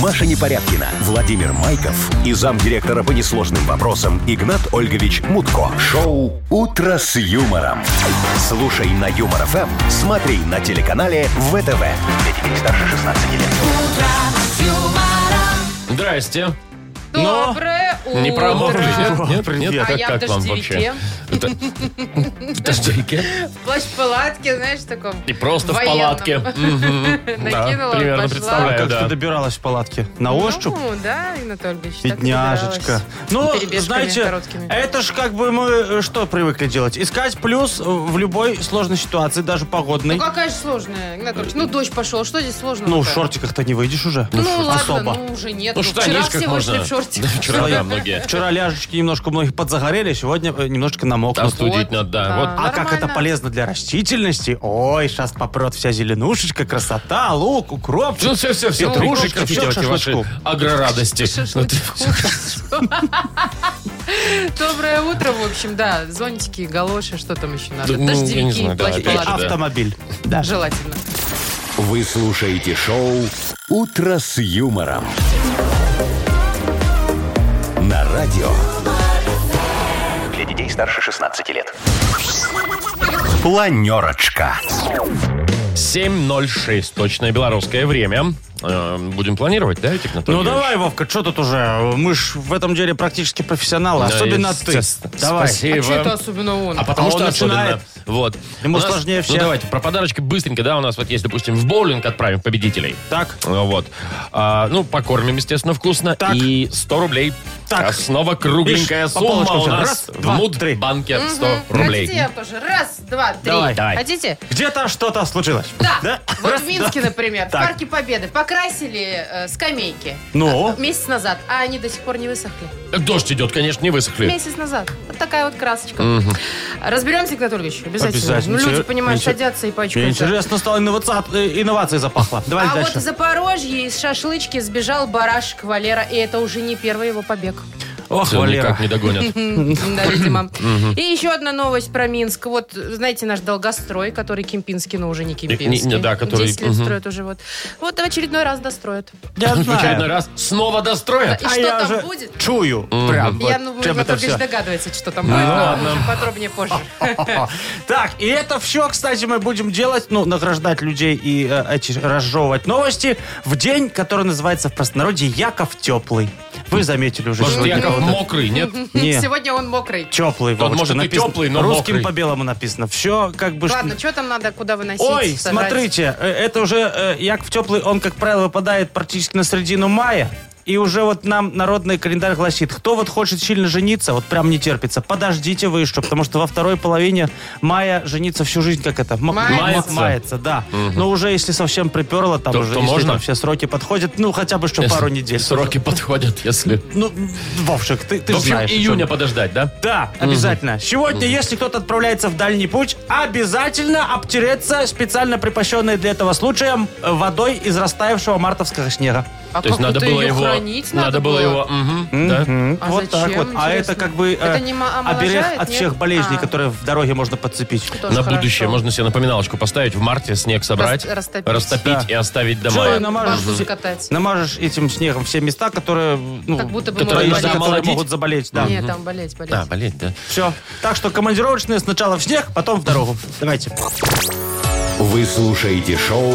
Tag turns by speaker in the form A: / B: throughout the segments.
A: Маша Непорядкина, Владимир Майков и замдиректора по несложным вопросам Игнат Ольгович Мутко. Шоу «Утро с юмором». Слушай на Юмор ФМ, смотри на телеканале ВТВ. Для детей старше 16 лет.
B: Здрасте. Но
C: Доброе утро.
B: Не промокли. Нет, нет, нет,
C: А
B: как,
C: я
B: как
C: в
B: вам вообще?
C: дождевике.
B: Это- В дождевике?
C: В плащ-палатке, знаешь, в таком.
B: И просто в
C: военном.
B: палатке. Мгм.
C: Накинула,
B: Да, примерно
C: пошла.
B: представляю,
D: А Как
B: Э, да.
D: ты добиралась в палатке? На ощупь?
C: Ну, да, Анатольевич. так
D: Бедняжечка.
C: добиралась.
D: Ну,
C: Перебежками
D: знаете,
C: короткими.
D: это ж как бы мы э, что привыкли делать? Искать плюс э, в любой сложной ситуации, даже
C: Ну,
D: погодной.
C: какая же сложная, Игнатович. Ну, дождь пошел, что здесь сложного
D: Ну, в шортиках-то не выйдешь уже.
C: Ну, ладно,
D: особо.
C: ну, уже нет.
B: Ну,
C: вчера
B: штанишках
C: все
B: можно.
C: вышли в шорте.
B: Да, Вчера да, многие.
D: Вчера ляжечки немножко у многих подзагорели, сегодня э, немножечко намокнут.
B: Остудить
C: Вот,
B: надо, да.
C: да.
B: Вот
D: А как это
C: Ну, Нормально.
D: полезно для растительности? Ой, сейчас попрет вся зеленушечка, красота, лук, укроп.
B: Ну, все, все, все,
D: Ну,
B: трушечки,
D: кошка,
B: все
D: всё к
B: эти ваши
D: шашлычку.
B: агрорадости. Ну, ты-
C: Доброе утро, в общем, да. Зонтики, галоши, что там еще надо.
B: Да, ну, я не
C: Дождевики,
B: знаю, да,
D: И
B: опять же,
C: плащ-палатки.
B: да.
D: автомобиль. Да.
C: Желательно.
A: Вы слушаете шоу «Утро с юмором». На радио. Для детей старше 16 лет. Планерочка.
B: 7.06, точное белорусское время. Э, Будем планировать, да, Витик
D: Ну
B: Анатольевич?
D: давай, Вовка, что тут уже? Мы ж в этом деле практически профессионалы,
B: Да,
D: особенно ты.
B: естественно.
D: Давай.
C: А что это
B: Спасибо.
C: особенно он?
B: А потому
D: А
B: что
D: он
B: особенно.
D: начинает.
B: Вот.
D: Ему
B: У нас-
D: сложнее
B: Ну
D: всех.
B: давайте, про подарочки быстренько, да, у нас вот есть, допустим, в боулинг отправим победителей.
D: Так,
B: Ну Вот. А, ну, покормим, естественно, вкусно.
D: Так.
B: И 100 рублей.
D: Так.
B: А снова кругленькая
D: Видишь, по
B: сумма
D: полочкам
B: у
D: всё.
B: нас
D: Раз,
B: в
D: два, три.
B: Мудбанке 100 рублей.
C: Хотите, а я тоже? Раз, два, три.
D: Давай.
B: Давай.
C: Хотите?
D: где-то что-то случилось.
C: Да. Вот
D: Раз,
C: в Минске, например, в
D: Так.
C: Парке Победы покрасили э, скамейки
D: Ну,
C: месяц назад, а они до сих пор не высохли.
B: Так Дождь идет, конечно, не
D: Э.
B: высохли.
C: Месяц назад. Вот такая вот красочка. Разберемся, Игнат Ольгович, обязательно.
D: Обязательно.
C: Ну, люди,
D: Интерес-
C: понимаешь,
D: интерес-
C: садятся и
D: мне
C: пачкаются.
D: интересно стало, инновация, инновация запахла. Давай
C: А вот
D: дальше.
C: в Запорожье из шашлычки сбежал барашек Валера, и это уже не первый его побег.
D: Ох,
B: Всё,
D: Валера.
B: никак не догонят.
C: Да, видимо. И еще одна новость про Минск. Вот, знаете, наш долгострой, который Кемпинский, но
D: Э,
C: уже не Кемпинский.
B: не- да, который-
C: 10 лет
B: мгм.
C: строят уже вот. Вот в очередной раз достроят.
D: Я
B: В очередной
D: знаю.
B: раз снова достроят.
C: И
D: А
C: что
D: я
C: там
D: же
C: будет?
D: чую. Прям вот.
C: Я, ну,
D: чем
C: Игнат
D: это Ну,
C: Ольгович
D: все.
C: догадывается, что там будет, но уже подробнее позже.
D: А, Так, и это все, кстати, мы будем делать, ну, награждать людей и э, эти разжевывать новости в день, который называется в простонародье Яков Теплый. Вы заметили уже
B: Может,
D: сегодня
B: Яков
D: кого-то?
B: мокрый, нет?
D: Не.
C: Сегодня он мокрый.
D: Теплый, Вовочка,
B: может, и
D: написано.
B: теплый, но
D: Русским
B: мокрый.
D: по белому написано. Все как бы... ш-
C: Ладно, что там надо, куда выносить?
D: Ой,
C: сажать?
D: смотрите, э, это уже э, Яков Теплый, он, как правило, выпадает практически на середину мая. И уже вот нам народный календарь гласит, кто вот хочет сильно жениться, вот прям не терпится, подождите вы еще, потому что во второй половине мая жениться всю жизнь, как это, м-
B: Мается.
D: м- мается, да. Но уже если совсем приперло, там
B: То-
D: уже,
B: то
D: если
B: можно?
D: там все сроки подходят, ну хотя бы что пару недель.
B: Сроки подходят, если...
D: Ну, Вовшик, ты, ты
B: В
D: же
B: общем,
D: знаешь. о чем
B: июня подождать, да?
D: да, обязательно. Сегодня, если кто-то отправляется в дальний путь, обязательно обтереться специально припасенной для этого случая э, водой из растаявшего мартовского снега.
C: А
B: То есть
C: как
B: надо
C: это
B: было
C: её
B: его...
C: хранить надо,
B: было его... мгм, да.
D: М,
C: А
D: вот
C: зачем,
D: так вот. А
C: интересно?
D: это как бы э,
C: Это не ма- омоложает,
D: оберег от
C: нет?
D: всех болезней,
C: А.
D: которые в дороге можно подцепить.
C: Тоже
B: На
C: хорошо.
B: будущее можно себе напоминалочку поставить, в марте снег собрать,
C: Рас- растопить.
D: Да.
B: и оставить до
D: Всё,
B: мая.
D: и намажешь,
C: Бабушку
D: все-
C: катать.
D: намажешь этим снегом все места, которые, ну,
C: Как будто бы мы
D: которые, из-за
B: болели.
D: которых
B: Омолодить?
D: могут заболеть. Да.
C: Нет, там болеть, болеть.
B: А, блин, да.
D: Все. Так что командировочные сначала в снег, потом в дорогу. Давайте.
A: Вы слушаете шоу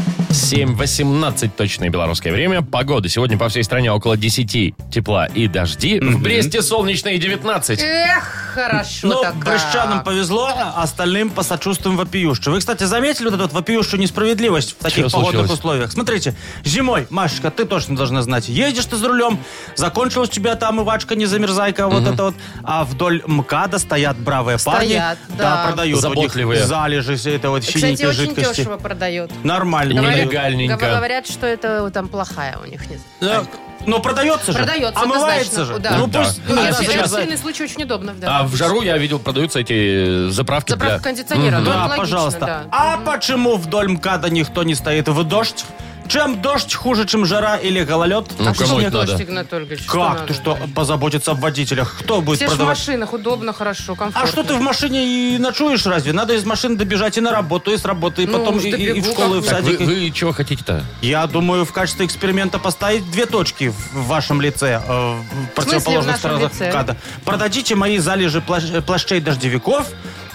B: 7.18 точное белорусское время. Погода сегодня по всей стране около 10 тепла и дожди. В Бресте солнечные 19.
C: Эх, хорошо
D: Ну,
C: так как.
D: брещанам повезло, а остальным посочувствуем вопиющую. Вы, кстати, заметили вот эту вот вопиющую несправедливость в таких
B: Чё
D: погодных
B: случилось?
D: условиях? Смотрите, зимой, Машечка, ты точно должна знать, едешь ты за рулем, закончилась у тебя там ивачка, не замерзайка, вот это вот, а вдоль МКАДа стоят бравые
C: Стоят,
D: парни.
C: да.
D: продают у них
B: Заботливые.
D: залежи всей этой вот
C: Кстати,
D: синенькой
C: очень
D: жидкости. Ну,
C: дешево продает.
D: Нормально.
B: Говорю.
D: продают.
B: Нелегальненько.
C: Говорят, что это э, там плохая у них. Нет.
D: Да, Но Ну, продается же.
C: Продается
D: Омывается
C: однозначно,
D: же.
C: да.
D: Ну
B: Да.
D: пусть...
B: Ну,
D: она
C: Нет, это
D: замерзает.
C: экстренный случай очень удобно, да.
B: А в жару я видел, продаются эти э, заправки
C: Заправка
B: для...
C: кондиционера. ну,
D: Да, А,
C: это логично,
D: пожалуйста.
C: да.
D: А почему вдоль МКАДа никто не стоит в дождь? Чем дождь хуже, чем жара или гололед? А
B: Ну, кому
C: что
B: это
C: дождь,
B: надо?
C: Игнат Ольгович,
D: Как?
C: надо?
D: Ты что, позаботиться об водителях? Кто будет
C: Все ж в
D: продавать?
C: машинах, удобно, хорошо, комфортно.
D: А что ты в машине и ночуешь разве? Надо из машины добежать и на работу, и с работы, и
C: Ну,
D: потом
C: уж
D: и, и- и
C: добегу
D: в школу, и в
B: Так,
D: садик.
B: вы, вы чего хотите-то?
D: Я думаю, в качестве эксперимента поставить две точки в в вашем лице, э, в противоположных
C: нашем
D: сторонах
C: лице?
D: МКАДа. Продадите мои залежи плащ- э, плащей дождевиков,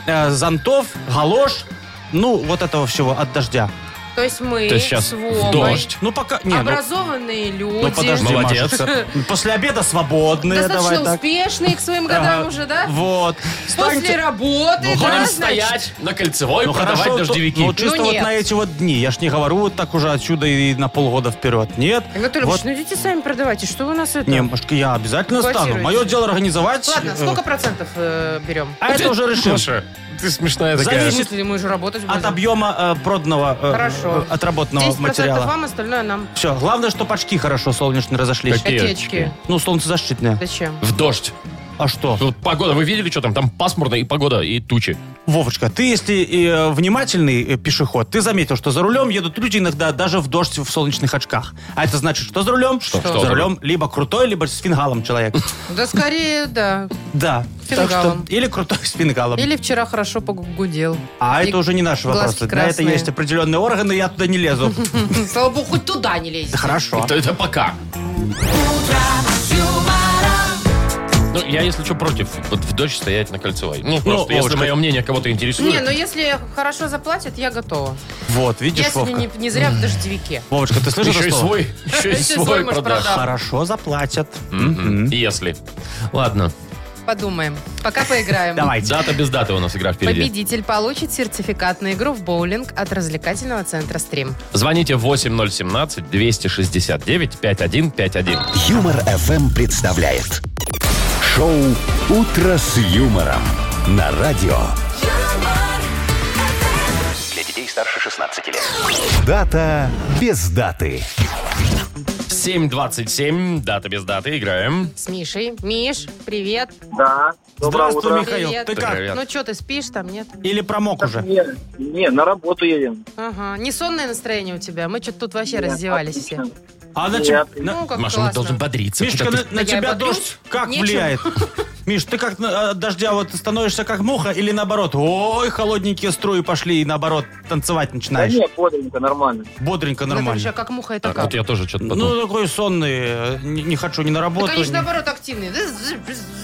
D: э, зонтов, галош, ну, вот этого всего от дождя.
C: То есть мы
B: То есть сейчас
C: с
B: в
C: Вовой,
B: дождь.
D: Ну, пока... Не, ну,
C: образованные люди,
D: ну, подожди,
B: Молодец.
D: Машечка. После обеда свободные,
C: достаточно
D: давай так.
C: успешные к своим годам
D: Ага. Ну,
C: уже, да?
D: Вот.
C: После
D: Станьте-
C: работы,
B: Будем
C: да, значит?
B: стоять на кольцевой, продавать
D: Ну, хорошо, то-
B: дождевики.
D: Ну, чисто
C: Ну,
D: вот
C: нет.
D: на эти вот дни. Я ж не говорю вот так уже отсюда и на полгода вперед. Нет.
C: Игнат Ольгович,
D: вот.
C: ну идите сами продавайте, что вы у нас это...
D: Не, Машка, я обязательно стану.
C: Блокируйте.
D: Мое дело организовать.
C: Ладно,
D: э,
C: сколько процентов э, берем?
D: А это уже решим.
B: Маша, ты смешная такая.
C: В
D: Зависит
C: смысле, мы же работать будем.
D: А, От объема э, проданного, э,
C: Хорошо.
D: э, отработанного
C: 10%
D: материала.
C: вам, остальное нам.
D: Все, главное, что очки хорошо солнечные разошлись.
B: Какие?
C: Котечки.
D: Ну, солнцезащитные.
C: Зачем?
B: В дождь.
D: А что?
B: Тут погода, вы видели, что там? Там пасмурно и погода, и тучи.
D: Вовочка, ты, если э, внимательный э, пешеход, ты заметил, что за рулем едут люди иногда даже в дождь в солнечных очках. А это значит, что за рулем? Что?
B: Что
D: За
B: за
D: рулем либо крутой, либо с фингалом человек.
C: Да скорее, да.
D: Да. Так что,
C: Фингалом.
D: или крутой с фингалом.
C: Или вчера хорошо погудел.
D: А
C: И
D: это уже не наши
C: глазки
D: вопросы. На это
C: красные.
D: есть определенные органы, я туда не лезу.
C: Слава богу, хоть туда не лезь.
D: Хорошо.
B: Это, это пока. Ну, я, если что, против вот в дождь стоять на кольцевой. Ну, просто, если
D: Вовочка.
B: мое мнение кого-то интересует.
C: Не, ну если хорошо заплатят, я готова.
D: Вот, видишь,
C: Если
D: Вовка.
C: не, не зря в дождевике.
D: Вовочка, ты слышишь
B: еще ну, и
D: это слово?
B: свой, еще и
C: Если
B: свой
C: свой, может,
B: продашь.
C: продам.
D: Хорошо заплатят.
B: Мгм. Если. Ладно,
C: Подумаем. Пока поиграем.
D: Давайте.
B: дата без даты у нас игра впереди.
C: Победитель получит сертификат на игру в боулинг от развлекательного центра «Стрим».
B: Звоните 8017-269-5151.
A: Юмор FM представляет шоу Утро с юмором на радио.
E: Для детей старше 16 лет.
A: Дата без даты.
B: 7.27, дата без даты, играем.
C: С Мишей. Миш, привет.
F: Да. Доброе
D: Здравствуй,
F: утро.
D: Михаил.
C: Привет.
D: Ты как?
B: Привет.
C: Ну что, ты спишь там, нет?
D: Или промок уже?
F: Не, не, на работу едем.
C: Ага. Не сонное настроение у тебя? Мы что-то тут вообще раздевались все.
D: А на
F: Нет.
D: тебя... на-
C: Ну, как
B: Маша,
C: классно.
B: он должен бодриться.
D: Мишка,
B: Куда
D: на,
B: ты-
D: на
C: я
D: тебя
C: бодрюсь,
D: дождь как
C: нечем.
D: влияет? Миш, ты как на- от дождя вот становишься как муха или наоборот? Ой, холодненькие струи пошли и наоборот танцевать
F: Да
D: начинаешь.
F: не, бодренько, нормально.
D: Бодренько,
C: Надо
D: нормально.
C: Ну, вообще, как муха, это
B: Так,
C: как?
B: вот я тоже что-то подумал.
D: Ну, такой сонный, э, не, не хочу ни на
C: Да,
D: работу.
C: конечно,
D: ни-
C: наоборот, активный.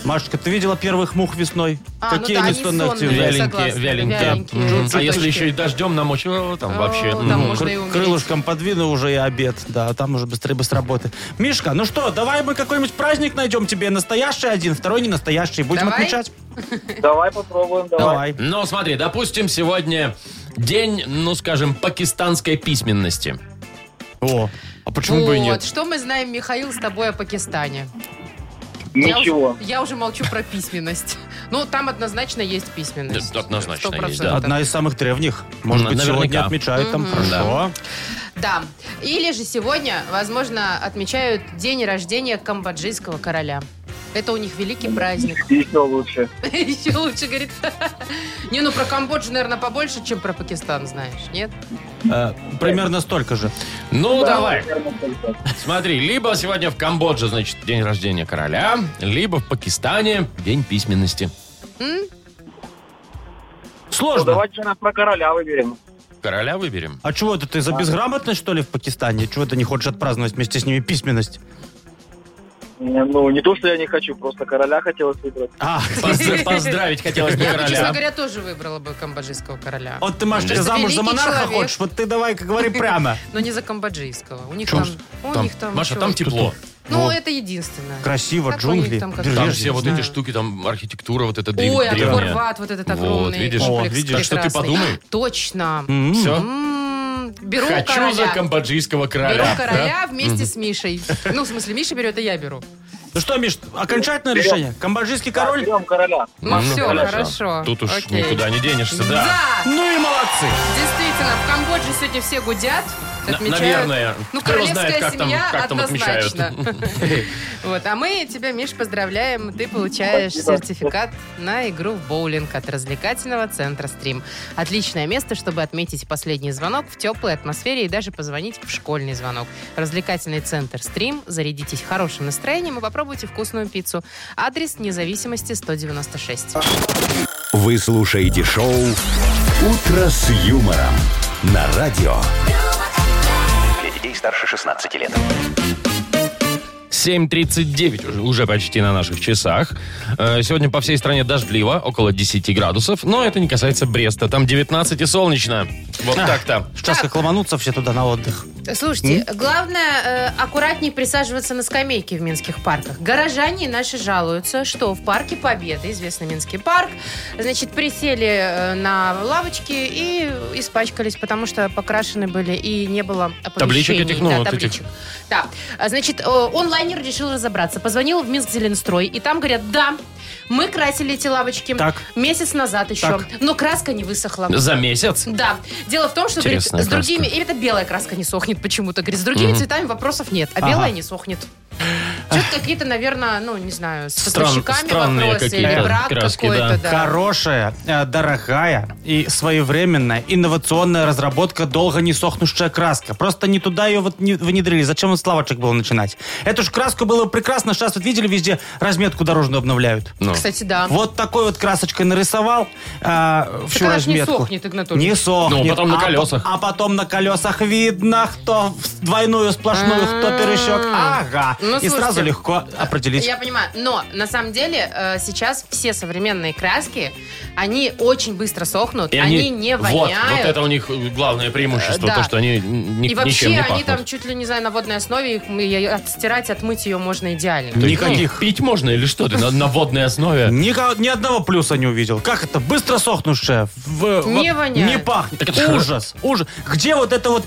D: Машечка, ты видела первых мух весной?
C: А, ну
D: Какие
C: да,
D: они
C: они
D: сонные
C: сонные.
D: активные?
C: Вяленькие,
B: Вяленькие,
C: согласна,
B: вяленькие.
C: вяленькие.
B: Мгм.
C: Чуть-чуть
B: А если
C: точки.
B: еще и дождем намочу, там
C: О,
B: вообще... ну,
C: там
B: мгм.
C: можно и
D: Кры-
C: умереть.
D: Ну, Крылышком подвину уже и обед. Да, там уже быстрее бы сработы. Мишка, ну что, давай мы какой-нибудь праздник найдем тебе. Настоящий один, второй не настоящий. Будем
C: Давай.
D: отмечать?
F: Давай попробуем, давай.
D: Давай.
B: Ну, смотри, допустим, сегодня день, ну, скажем, пакистанской письменности.
D: О, а почему бы и
C: Вот,
D: нет?
C: что мы знаем, Михаил, с тобой о Пакистане? Я
F: Ничего.
C: уж- Я, уже молчу про письменность. Ну, там однозначно есть письменность.
B: Да, однозначно
C: Сто
B: есть, да.
C: процентов.
D: Одна из самых древних. Может
B: Ну,
D: быть, сегодня
B: наверняка.
D: отмечают там. Хорошо.
C: Да. Или же сегодня, возможно, отмечают день рождения камбоджийского короля. Это у них великий праздник.
F: Еще лучше.
C: Еще лучше, говорит. Не, ну про Камбоджу, наверное, побольше, чем про Пакистан знаешь, нет?
D: Э, примерно столько же.
B: Ну,
F: Да,
B: давай.
F: наверное, только.
B: Смотри, либо сегодня в Камбодже, значит, день рождения короля, либо в Пакистане день письменности.
C: М?
F: Ну,
D: Сложно.
F: давайте нас про короля выберем.
B: Короля выберем.
D: А чего это ты за безграмотность, что ли, в Пакистане? Чего ты не хочешь отпраздновать вместе с ними письменность?
F: Не, Ну, не то, что я не хочу, просто короля хотелось выбрать.
D: А,
B: Позд- Поздравить хотелось бы
C: Я, бы, честно
B: короля.
C: говоря, тоже выбрала бы камбоджийского короля.
D: вот ты, Машечка,
C: Это
D: замуж за
C: великий
D: монарха
C: человек.
D: хочешь? Вот ты давай говори прямо.
C: Но не за камбоджийского. У них
B: Чё
C: там...
B: ж
C: У
B: Там-
C: них там...
B: Маша,
C: чё?
B: там тепло.
C: Ну,
D: Вот.
C: это единственное.
D: Красиво,
C: Так у них
D: джунгли.
C: там как-то.
D: Держишь,
B: Там
C: Режь,
B: все
D: не
B: вот
D: знаю.
B: эти штуки, там архитектура вот эта древ-
C: Ой, а
B: древняя.
C: Хорват, вот этот
B: Вот,
C: огромный
B: видишь?
D: О,
C: комплекс
D: видишь?
B: Так что ты
C: прекрасный.
B: подумай.
C: Точно.
D: М.
B: Все.
C: М, Беру
B: Хочу
C: короля.
B: за камбоджийского
C: Беру
B: короля. да?
C: короля вместе с Мишей. Ну, в смысле, Миша берет, а я беру.
D: Ну что, Миш, окончательное
F: Берем.
D: решение? Камбоджийский король?
F: Берем короля.
C: Ну, все,
B: хорошо.
C: хорошо.
B: Тут уж
C: Окей.
B: никуда не денешься, да.
C: Да,
D: Ну и молодцы.
C: действительно, в Камбодже сегодня все гудят.
B: На-
C: отмечают.
B: наверное.
C: Ну,
B: Кто его
C: королевская
B: знает, как там-
C: семья
B: как там отмечают.
C: однозначно. Вот, а мы тебя, Миш, поздравляем. Ты получаешь
F: Спасибо.
C: сертификат на игру в боулинг от развлекательного центра «Стрим». Отличное место, чтобы отметить последний звонок в теплой атмосфере и даже позвонить в школьный звонок. Развлекательный центр «Стрим». Зарядитесь хорошим настроением и попробуйте вкусную пиццу. Адрес независимости 196.
A: Вы слушаете шоу «Утро с юмором» на радио.
E: Для детей старше 16 лет.
B: 7.39 уже, уже почти на наших часах. Э, Сегодня по всей стране дождливо, около 10 градусов. Но это не касается Бреста. Там 19 и солнечно. Вот так-то.
D: Сейчас как ломанутся все туда на отдых.
C: Слушайте, главное э, аккуратнее присаживаться на скамейки в минских парках. Горожане наши жалуются, что в парке Победы, известный Минский парк, значит, присели э, на лавочки и испачкались, потому что покрашены были и не было оповещений.
B: Табличек этих, ну,
C: да,
B: вот
C: табличек. Да. А, Значит, э, онлайнер решил разобраться. Позвонил в Минск Зеленстрой, и там говорят, да, мы красили эти лавочки
D: Так.
C: месяц назад еще,
D: Так.
C: но краска не высохла.
B: За месяц.
C: Да. Дело в том, что говорит,
B: Интересная
C: с другими...
B: краска.
C: И это белая краска не сохнет почему-то. Говорит, с другими цветами вопросов нет, а белая не сохнет. Что-то какие-то, наверное, ну, не знаю, с
B: Стран-
C: поставщиками
B: странные
C: вопросы.
B: какие-то
C: Или брак
B: краски,
C: какой-то, да.
D: Хорошая, э, дорогая и своевременная инновационная разработка долго не сохнущая краска. Просто не туда ее вот не- внедрили. Зачем вот с лавочек было начинать? Эту же краску было прекрасно. Сейчас вот видели, везде разметку дорожную обновляют.
B: Ну.
C: Кстати, да.
D: Вот такой вот красочкой нарисовал э, всю
C: она ж не
D: разметку.
C: сохнет, Игнатович.
D: Не сохнет.
B: Ну, потом на
D: А по-
B: колесах.
D: А, потом на колесах видно, кто в двойную сплошную, кто перещек. Ага.
C: Ну,
D: И сразу
C: слушайте,
D: легко определить.
C: Я понимаю, но на самом деле э, сейчас все современные краски, они очень быстро сохнут,
B: И
C: они, не
B: Вот,
C: воняют.
B: вот это у них главное преимущество,
C: Э, да.
B: то, что они ни-
C: И вообще
B: ничем не
C: они
B: пахнут.
C: там чуть ли не знаю, на водной основе, их мы- и отстирать, отмыть ее можно идеально.
B: То есть
D: никаких.
B: Пить можно или что? Ты на, на водной основе?
D: Никого- ни одного плюса не увидел. Как это? Быстро сохнувшее. в-
C: Не
D: вот
C: воняет.
D: Не пахнет.
B: Так это
D: ужас, ужас. Где вот эта вот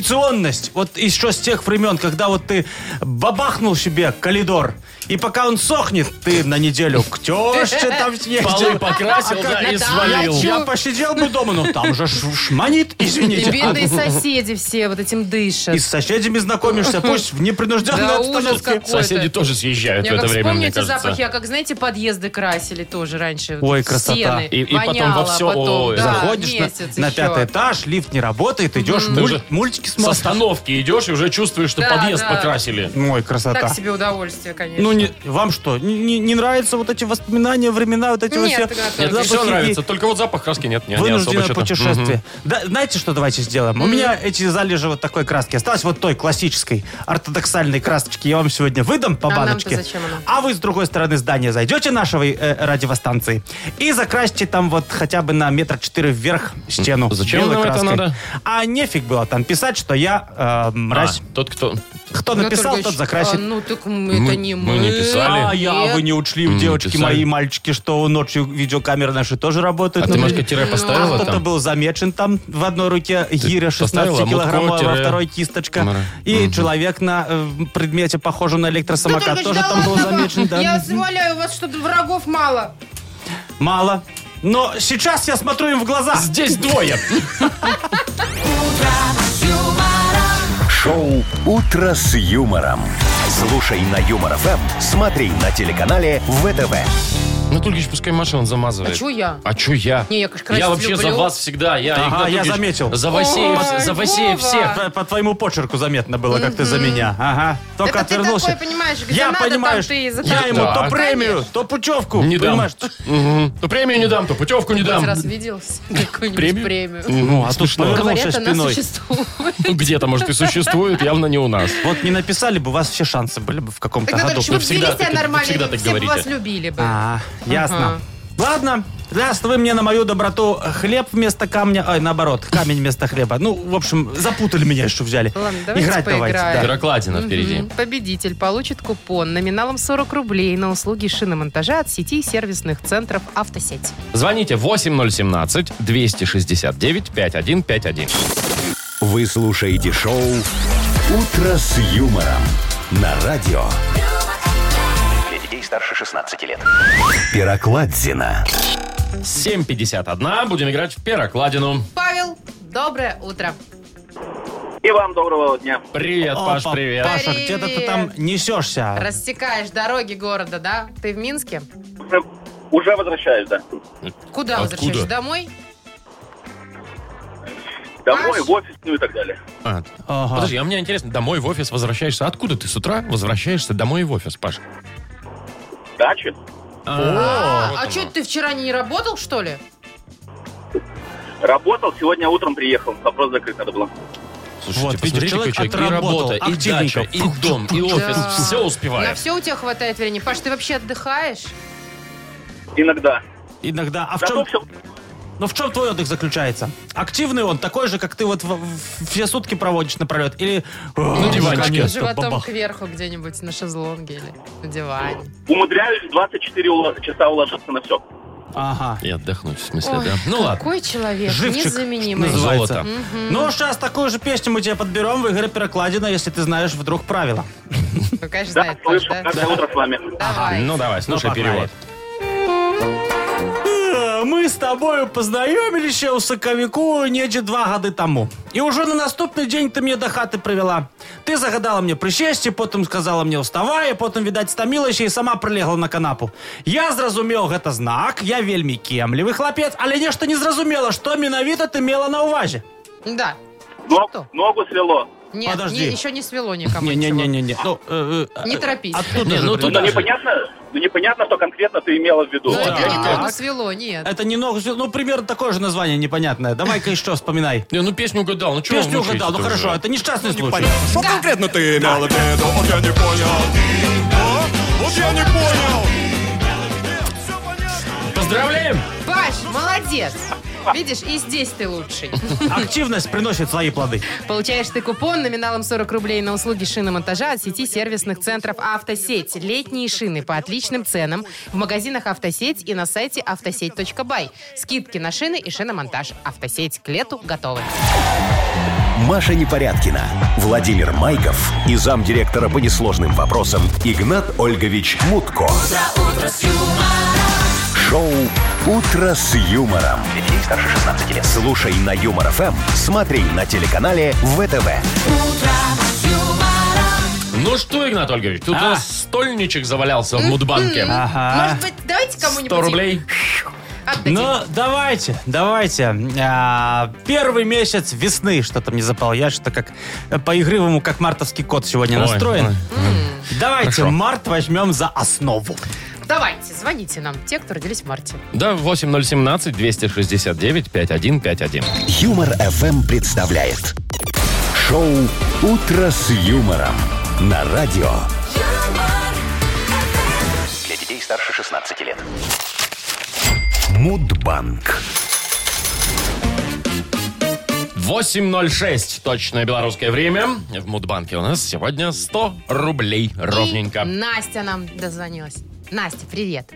D: традиционность? Вот еще с тех времен, когда вот ты бабахнул себе коридор, и пока он сохнет, ты на неделю к тёще там
B: Полы
D: съездил.
B: покрасил,
C: А
B: да,
C: как
B: и
C: на
B: свалил.
C: дачу?
D: Я посидел бы дома, но там же ш- шманит,
C: И
D: извините.
C: бедные соседи все вот этим
D: А
C: дышат.
D: И с соседями знакомишься, пусть в непринужденной
C: Да, ужас
D: обстановке.
C: какой.
B: Соседи
C: Какой-то.
B: тоже съезжают
C: Я
B: в это
C: как
B: время,
C: вспомню
B: мне
C: эти
B: кажется.
C: запахи, я как, знаете, подъезды красили тоже раньше.
D: Ой, красота.
C: Стены.
B: И- и потом
C: Воняло
B: во всё,
C: потом,
B: ой.
C: да,
D: Заходишь на-
C: месяц
D: на
C: еще.
D: пятый этаж, лифт не работает, идешь,
B: Ты
D: муль-
B: же
D: мультики
B: С
D: смотришь.
B: остановки идешь и уже чувствуешь, что
C: Да,
B: подъезд
C: да.
B: покрасили.
D: Ой, красота.
C: Так себе удовольствие, конечно.
D: Ну, не, вам что, не, не нравятся вот эти воспоминания, времена, вот эти вот
C: Нет, Игнат
D: все...
C: Ольгович.
B: Ну, Нет,
C: Да,
B: все
D: запахи
B: нравится,
D: и
B: только вот запах краски нет. Не, не особо
D: Вынужденное
B: что-то.
D: путешествие.
B: Мгм.
D: Да, знаете, что давайте сделаем? У меня эти залежи вот такой краски осталось, вот той классической, ортодоксальной красочки. Я вам сегодня выдам по
C: А нам-то
D: баночке.
C: зачем она?
D: А вы с другой стороны здания зайдете нашего э, радиостанции и закрасьте там вот хотя бы на метр четыре вверх стену.
B: Зачем
D: белой
B: нам это
D: краской.
B: надо?
D: А нефиг было там писать, что я э, мразь.
B: А, тот, кто...
D: Кто
C: Игнат
D: написал,
C: Ольгович,
D: тот закрасит.
C: а, ну, так мы, это не мы.
B: мы не писали.
D: А я,
C: Нет.
D: вы не учли,
B: М,
D: девочки
B: писали.
D: мои, мальчики, что ночью видеокамеры наши тоже работают.
B: А ты,
D: Ну,
B: Машка, тире
C: ну,
B: поставила
D: а кто-то
B: там?
D: был замечен там в одной руке гиря
B: поставила
D: 16 килограммов,
B: мутко,
D: а во
B: тире.
D: второй кисточка.
B: Мра.
D: И
B: Мгм.
D: человек на э, предмете, похожем на
C: Игнат
D: электросамокат,
C: Ольгович,
D: тоже
C: да
D: там был
C: ладно вам?
D: замечен. да.
C: Я умоляю вас, что врагов мало.
D: Мало. Но сейчас я смотрю им в глаза.
B: Здесь двое.
A: Шоу «Утро с юмором». Слушай на Юмор ФМ, смотри на телеканале ВТВ.
B: Ну, Тульгич, пускай машину замазывает.
C: А чё я?
B: А чё я?
C: Не, я, конечно,
B: Я
C: красить
B: вообще за
C: люблю.
B: вас всегда. Я,
D: Ага,
B: Игнат
D: я
B: Ольгович,
D: заметил.
B: За Васеев,
C: Ой,
B: за Васеев
C: Вова.
B: всех.
D: По, по твоему почерку заметно было, как ты за меня. Ага. Только
C: Это ты
D: отвернулся.
C: такой, понимаешь, где
D: я
C: надо, там
D: понимаешь,
C: ты и
D: я
C: закатываешь.
D: ему
B: Да.
D: то премию,
C: Конечно.
D: то путевку.
B: Не дам.
D: понимаешь?
B: Мгм. То премию не дам, то путевку не
C: Хоть
B: дам.
C: раз видел с- какую-нибудь
B: Премию?
C: премию.
D: Ну, а тут
B: Смешно.
D: повернулся
C: Говорят, она
D: спиной.
C: существует.
B: Ну, Где-то, может, и существует, явно не у нас.
D: Вот не написали бы, у вас все шансы были бы в каком-то
C: Игнат
D: году.
C: Ольгович, вы
B: всегда
C: ввели
B: так-
C: себя нормально,
B: всегда
C: и
B: так
C: все бы вас
B: говорите.
C: любили бы.
D: А, ясно.
C: Ага.
D: Ладно, раз вы мне на мою доброту хлеб вместо камня, ой, наоборот, камень вместо хлеба. Ну, в общем, запутали меня еще взяли.
C: Ладно, давайте
D: Играть
C: поиграем.
D: давайте. да.
B: Бюрокладина
C: Мгм.
B: впереди.
C: Победитель получит купон номиналом 40 рублей на услуги шиномонтажа от сети сервисных центров «Автосеть».
B: Звоните 8017-269-5151.
A: Вы слушаете шоу «Утро с юмором» на радио.
E: Для детей старше 16 лет.
A: Пирокладзина.
B: 751. Будем играть в перокладину.
C: Павел, доброе утро.
F: И вам доброго дня.
B: Привет, Паш,
D: Опа, А,
B: привет.
D: Паша,
C: Привет.
D: где-то ты там
F: А.
D: несешься.
C: Рассекаешь дороги города, да? Ты в Минске?
F: Уже- Уже возвращаюсь, да.
C: Куда
B: Откуда?
C: возвращаешься? Домой?
F: Домой,
C: Паш.
F: в офис, ну и так далее.
B: А,
D: Ага.
B: Подожди, а мне интересно, домой в офис возвращаешься? Откуда ты с утра возвращаешься домой в офис, Паш?
F: Дачи?
B: А,
C: а
B: вот
C: а
B: оно.
C: что, ты вчера не работал, что ли?
F: Работал, сегодня утром приехал. Вопрос закрыть надо было.
B: Слушайте,
D: Вот,
B: посмотрите,
D: человек
B: какой человек. И
D: отработал
B: работа, и
D: активненько.
B: дача, и дом, и офис.
C: Да.
B: Все
C: На
B: успевает.
C: все у тебя хватает времени. Паш, ты вообще отдыхаешь?
F: Иногда.
D: Иногда. А в
F: Зато
D: чем,
F: все
D: ну в чем твой отдых заключается? Активный он, такой же, как ты вот в- в- все сутки проводишь на пролет? Или
B: Ну,
D: на
B: диванчике.
C: Животом кверху где-нибудь на шезлонге или на диване.
F: умудряюсь в 24 уло- часа уложиться на все.
D: Ага.
B: И отдохнуть, в смысле,
C: Ой,
B: да? Ну ладно.
C: Какой человек
D: Живчик
C: незаменимый.
D: что называется.
B: Золото.
D: Ну, сейчас такую же песню мы тебе подберем в игре «Перекладина», если ты знаешь вдруг правила.
C: Ну, конечно,
F: Да,
C: знает Паш,
F: слышу,
C: да?
F: каждое утро с вами.
C: Давай.
B: Ну давай, слушай
D: Ну, погнали.
B: перевод.
D: Э, Мы с тобою познайомились ще у соковику недзе два гады тому. І ўжо на наступны дзень ты мне до хаты прывяла. Ты загадала мне прычесці, потым сказала мне ўставай, а потым, відаць, стамілася і сама прылегла на канапу. Я зразумеў гэта знак, я вельмі кемлівы хлапец, але нешта не зразумела, што менавіта ты мела на ўвазе.
C: Да.
F: Ног-
C: Что?
F: ногу свело.
C: Нет,
D: Подожди.
C: не- еще не свело никому. ничего.
D: Не-не-не-не-не. Ну, э, э,
C: Не
D: э,
C: торопись.
D: Оттуда
B: Не,
D: же
B: ну,
D: прилетает.
B: туда
F: Ну, непонятно, ну, непонятно, что конкретно ты имела в виду.
C: Ну, это не
D: Так.
C: ногу свело, нет.
D: Это не ногу, ну, примерно такое же название непонятное. Давай-ка еще вспоминай.
B: Не, ну песню угадал, ну чего
D: Песню угадал, ну хорошо, это несчастный случай.
G: Что конкретно Ну, ты имел в виду? Вот я не понял. А? Вот я не понял.
B: Поздравляем!
C: Паш, молодец. Видишь, и здесь ты лучший.
D: Активность приносит свои плоды.
C: Получаешь ты купон номиналом 40 рублей на услуги шиномонтажа от сети сервисных центров «Автосеть». Летние шины по отличным ценам в магазинах «Автосеть» и на сайте автосеть.бай. Скидки на шины и шиномонтаж. «Автосеть» к лету готовы.
A: Маша Непорядкина, Владимир Майков и замдиректора по несложным вопросам Игнат Ольгович Мутко. Шоу Утро с юмором.
E: Детей старше 16 лет.
A: Слушай на юмор ФМ, смотри на телеканале ВТВ.
B: Ну что, Игнат Ольгович, тут у
D: А.
B: нас стольничек завалялся в Мудбанке.
D: Ага.
C: Может быть, давайте кому-нибудь
B: 100 А, рублей.
C: их отдадим?
D: Ну, давайте, давайте. А, первый месяц весны. Что-то мне запал. Я что-то как э, по-игривому, как мартовский кот сегодня
B: Ой,
D: настроен.
B: ой.
D: Давайте
B: Хорошо.
D: март возьмем за основу.
C: Давайте, звоните нам, те, кто родились в марте.
B: Да, 8017-269-5151.
A: Юмор ФМ представляет шоу Утро с юмором на радио.
E: Для детей старше 16 лет.
A: Мудбанк.
B: 8.06, точное белорусское время. В Мудбанке у нас сегодня 100 рублей ровненько.
C: И Настя нам дозвонилась. Настя, привет.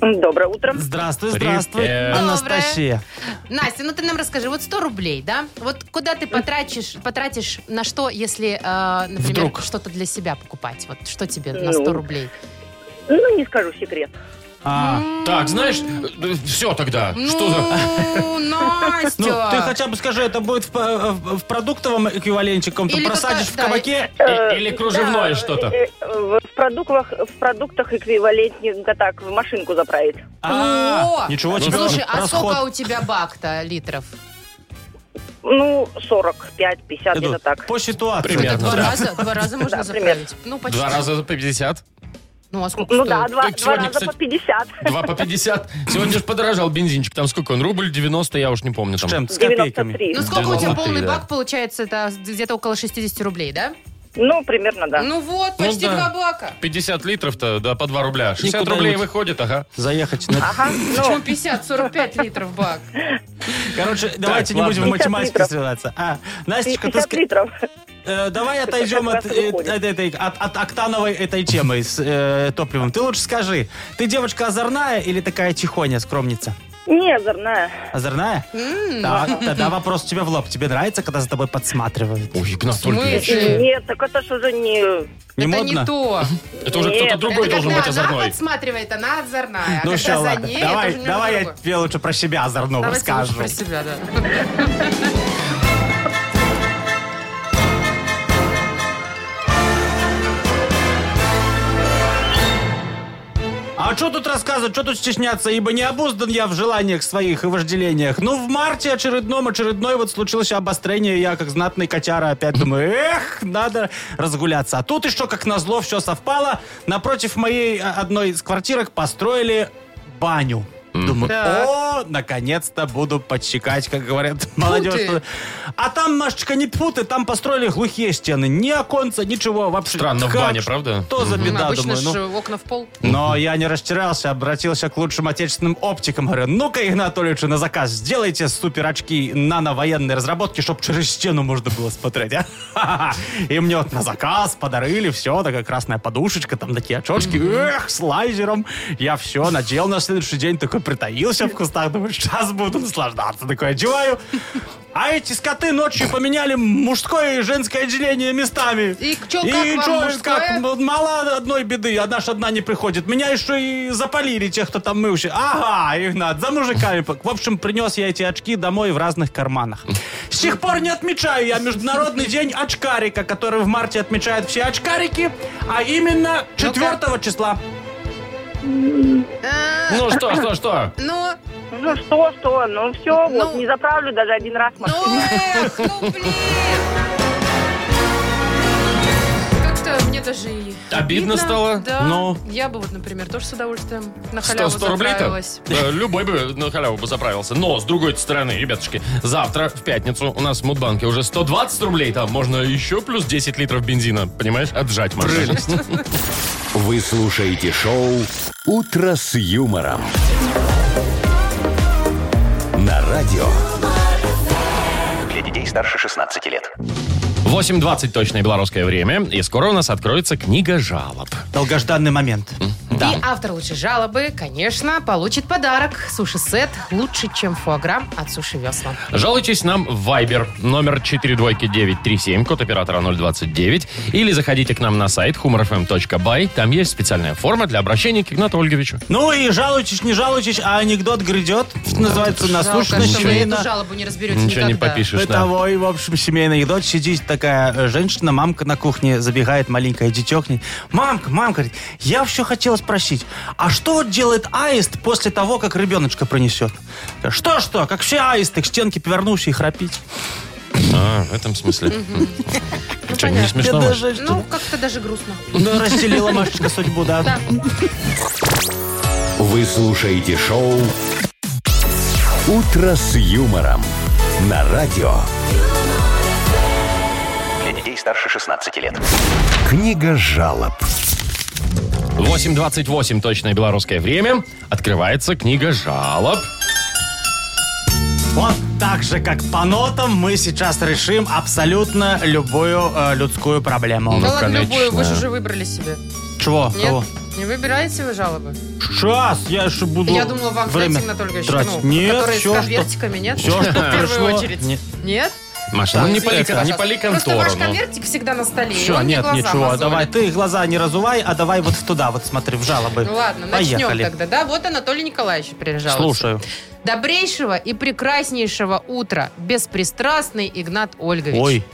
H: Доброе утро.
D: Здравствуй,
B: Привет.
D: здравствуй,
B: Доброе.
D: Анастасия.
C: Настя, ну ты нам расскажи, вот 100 рублей, да? Вот куда ты потратишь, потратишь на что, если, э, например,
D: Вдруг.
C: что-то для себя покупать? Вот что тебе на 100
H: Ну.
C: рублей?
H: Ну, не скажу секрет.
D: А,
B: Так, знаешь, все тогда. Что за...
C: Ну, Настя!
D: Ну, ты хотя бы скажи, это будет в, по- в- в продуктовом эквиваленте каком-то.
C: Или э,
D: Просадишь
C: какая-
D: в
C: да,
D: кабаке.
B: И- Или кружевное
H: Да,
B: что-то.
H: э, э, В в продуктах, в продуктах эквивалентненько так, в машинку заправить.
D: А,
C: О!
D: ничего себе.
C: Слушай, а
D: расход.
C: сколько у тебя бак-то литров?
H: Ну, 45, 50,
D: Иду.
H: где-то так.
D: По ситуации.
B: Примерно.
C: Это два
B: да.
C: раза, два раза можно
H: Да,
C: заправить. Ну, почти.
B: Два раза по 50?
C: Ну, а сколько
H: Ну
C: стоит?
H: да, два,
B: Так
H: два
B: сегодня,
H: раза
B: кстати-
H: по 50.
B: Два по 50. Сегодня же подорожал бензинчик. Там сколько он? Рубль 90, я уж не помню. Там.
D: С чем? С копейками.
H: 93.
C: Ну, сколько у тебя
B: 93,
C: полный
B: да.
C: бак получается? Это где-то около 60 рублей, да?
H: Ну, примерно, да.
C: Ну вот,
B: Ну
C: почти
B: да.
C: два бака.
B: 50 литров-то, да, по 2 рубля. 60
D: Никуда
B: рублей
D: не-
B: выходит, ага.
D: Заехать на
H: Ага,
C: Почему
H: ну,
C: 50, 45 литров бак?
D: Короче, давайте не
B: ладно.
D: будем в
H: 50
D: математике
H: литров.
D: сливаться. А, Настечка, ты
H: 50
D: ск-
H: литров.
D: э, давай отойдем
H: как
D: от,
H: раз
D: э,
H: выходит.
D: от этой, от, от октановой этой темы с э, топливом. Ты лучше скажи, ты девочка озорная или такая тихоня, скромница?
H: Не, озорная.
D: Озорная? Так, тогда вопрос тебе в лоб. Тебе нравится, когда за тобой подсматривают?
B: Ой, Игнат
C: В
B: Ольгович,
C: Э.
H: Нет, так это ж уже не...
D: Не
C: это
D: модно?
C: не то.
B: это уже
H: Нет,
B: кто-то
H: это
B: другой
C: это
B: должен
C: когда
B: быть
C: она
B: озорной.
C: подсматривает, она озорная. а
D: Ну
C: когда
D: все,
C: за
D: ладно.
C: ней,
D: давай,
C: это уже
D: давай я
C: немного
D: тебе лучше про себя озорного
C: другое. Давайте лучше
D: расскажу.
C: про себя, да.
D: А что тут рассказывать, что тут стесняться, ибо не обуздан я в желаниях своих и вожделениях. Ну, в марте очередном, очередной вот случилось обострение, и я как знатный котяра опять думаю, эх, надо разгуляться. А тут еще, как назло, все совпало. Напротив моей а, одной из квартирок построили баню. Думаю,
C: Так.
D: о, наконец-то буду подщекать, как говорят молодежь. А там, Машечка, не путы, там построили глухие стены. Ни оконца, ничего вообще.
B: Странно в
D: Как?
B: бане, правда?
D: Что за беда,
C: Обычно
D: думаю? ну?
C: же окна в пол.
D: Но я не растерялся, обратился к лучшим отечественным оптикам. Говорю, ну-ка, Игнатольевичу, на заказ сделайте супер очки нано-военной разработки, чтобы через стену можно было смотреть. а? И мне вот на заказ подарили все, такая красная подушечка, там такие очочки, эх, с лазером. Я все надел на следующий день, такой притаился в кустах, думаю, сейчас буду наслаждаться. Такой одеваю. А эти скоты ночью поменяли мужское и женское отделение местами.
C: И чё, как
D: И
C: вам
D: чё,
C: мужское?
D: как, вот мало одной беды, одна ж одна не приходит. Меня еще и запалили тех, кто там мылся. Ага, Игнат, за мужиками. пок- В общем, принес я эти очки домой в разных карманах. С тех пор не отмечаю я Международный день очкарика, который в марте отмечают все очкарики, а именно 4 числа.
C: А,
B: Ну что, что, что?
C: Ну,
H: Ну что, что, ну все, вот
C: Ну.
H: не заправлю даже один раз машину.
C: ну, эх, ну, блин. Как-то мне даже и
B: Обидно стало?
C: Да.
D: Ну.
C: Я бы вот, например, тоже с удовольствием на
B: Сто
C: халяву
B: 100 рублей-то?
C: заправилась.
B: Да, Любой бы на халяву бы заправился. Но, с другой стороны, ребятушки, завтра, в пятницу, у нас в Мудбанке уже 120 рублей. Там можно еще плюс 10 литров бензина, понимаешь, отжать можно.
A: Вы слушаете шоу «Утро с юмором». На радио.
E: Для детей старше 16 лет.
B: 8.20 точное белорусское время. И скоро у нас откроется книга жалоб.
D: Долгожданный момент.
C: И автор лучшей жалобы, конечно, получит подарок. Суши-сет лучше, чем фуаграм от Суши Весла.
B: Жалуйтесь нам в Viber номер 42937, код оператора 029. Или заходите к нам на сайт humorfm.by. Там есть специальная форма для обращения к Игнату Ольговичу.
D: Ну и жалуйтесь, не жалуйтесь, а анекдот грядет. Называется
C: Жалко,
D: «Насущно
C: что вы
D: семейно».
C: эту жалобу не разберете
B: Ничего не
C: никогда.
D: Ну
B: попишешь, да.
D: Бытовой, в общем, семейный анекдот. Сидит такая э, женщина, мамка на кухне, забегает маленькая дитё к ней. Мамка, мамка, говорит, я все хотела спросить, а что вот делает аист после того, как ребеночка принесет? Что-что, как все аисты, к стенке повернулся и храпить.
B: А, в этом смысле. Что, не
C: понятно.
B: смешно?
D: Я
B: Маш?
D: даже-
C: Ну, как-то даже грустно.
D: Ну, разделила Машечка судьбу, да?
C: Да.
A: Вы слушаете шоу «Утро с юмором». На радио.
E: Для детей старше 16 лет.
A: Книга жалоб.
B: 8.28 точное белорусское время. Открывается книга жалоб.
D: Вот так же, как по нотам, мы сейчас решим абсолютно любую э, людскую проблему.
C: Да ладно,
B: конечно.
C: любую, вы же уже выбрали себе.
D: Чего?
C: Нет?
D: Кого?
C: Не выбираете вы жалобы?
D: Сейчас, я еще буду
C: Я думала, вам
D: Ну, время
C: время Анатольевич,
D: тратить.
C: ну,
D: Нет,
C: которые
D: все,
C: с
D: что
C: конвертиками, нет?
D: Всё, что
C: в
D: пришло,
C: первую очередь. Ну,
D: не-
C: Нет?
B: Маша, ну не по,
C: Извините,
B: лик- не
C: пожалуйста.
B: по ли
C: Просто
B: контору,
C: ваш
B: ну.
C: конвертик всегда на столе. и
D: Все,
C: он не
D: нет,
C: глаза
D: ничего,
C: мозолит.
D: давай ты глаза не разувай, а давай вот туда, вот смотри, в жалобы.
C: Ну ладно, начнем
D: Поехали.
C: тогда. Да, вот Анатолий Николаевич прижался.
D: Слушаю.
C: Добрейшего и прекраснейшего утра, беспристрастный Игнат Ольгович.
D: Ой,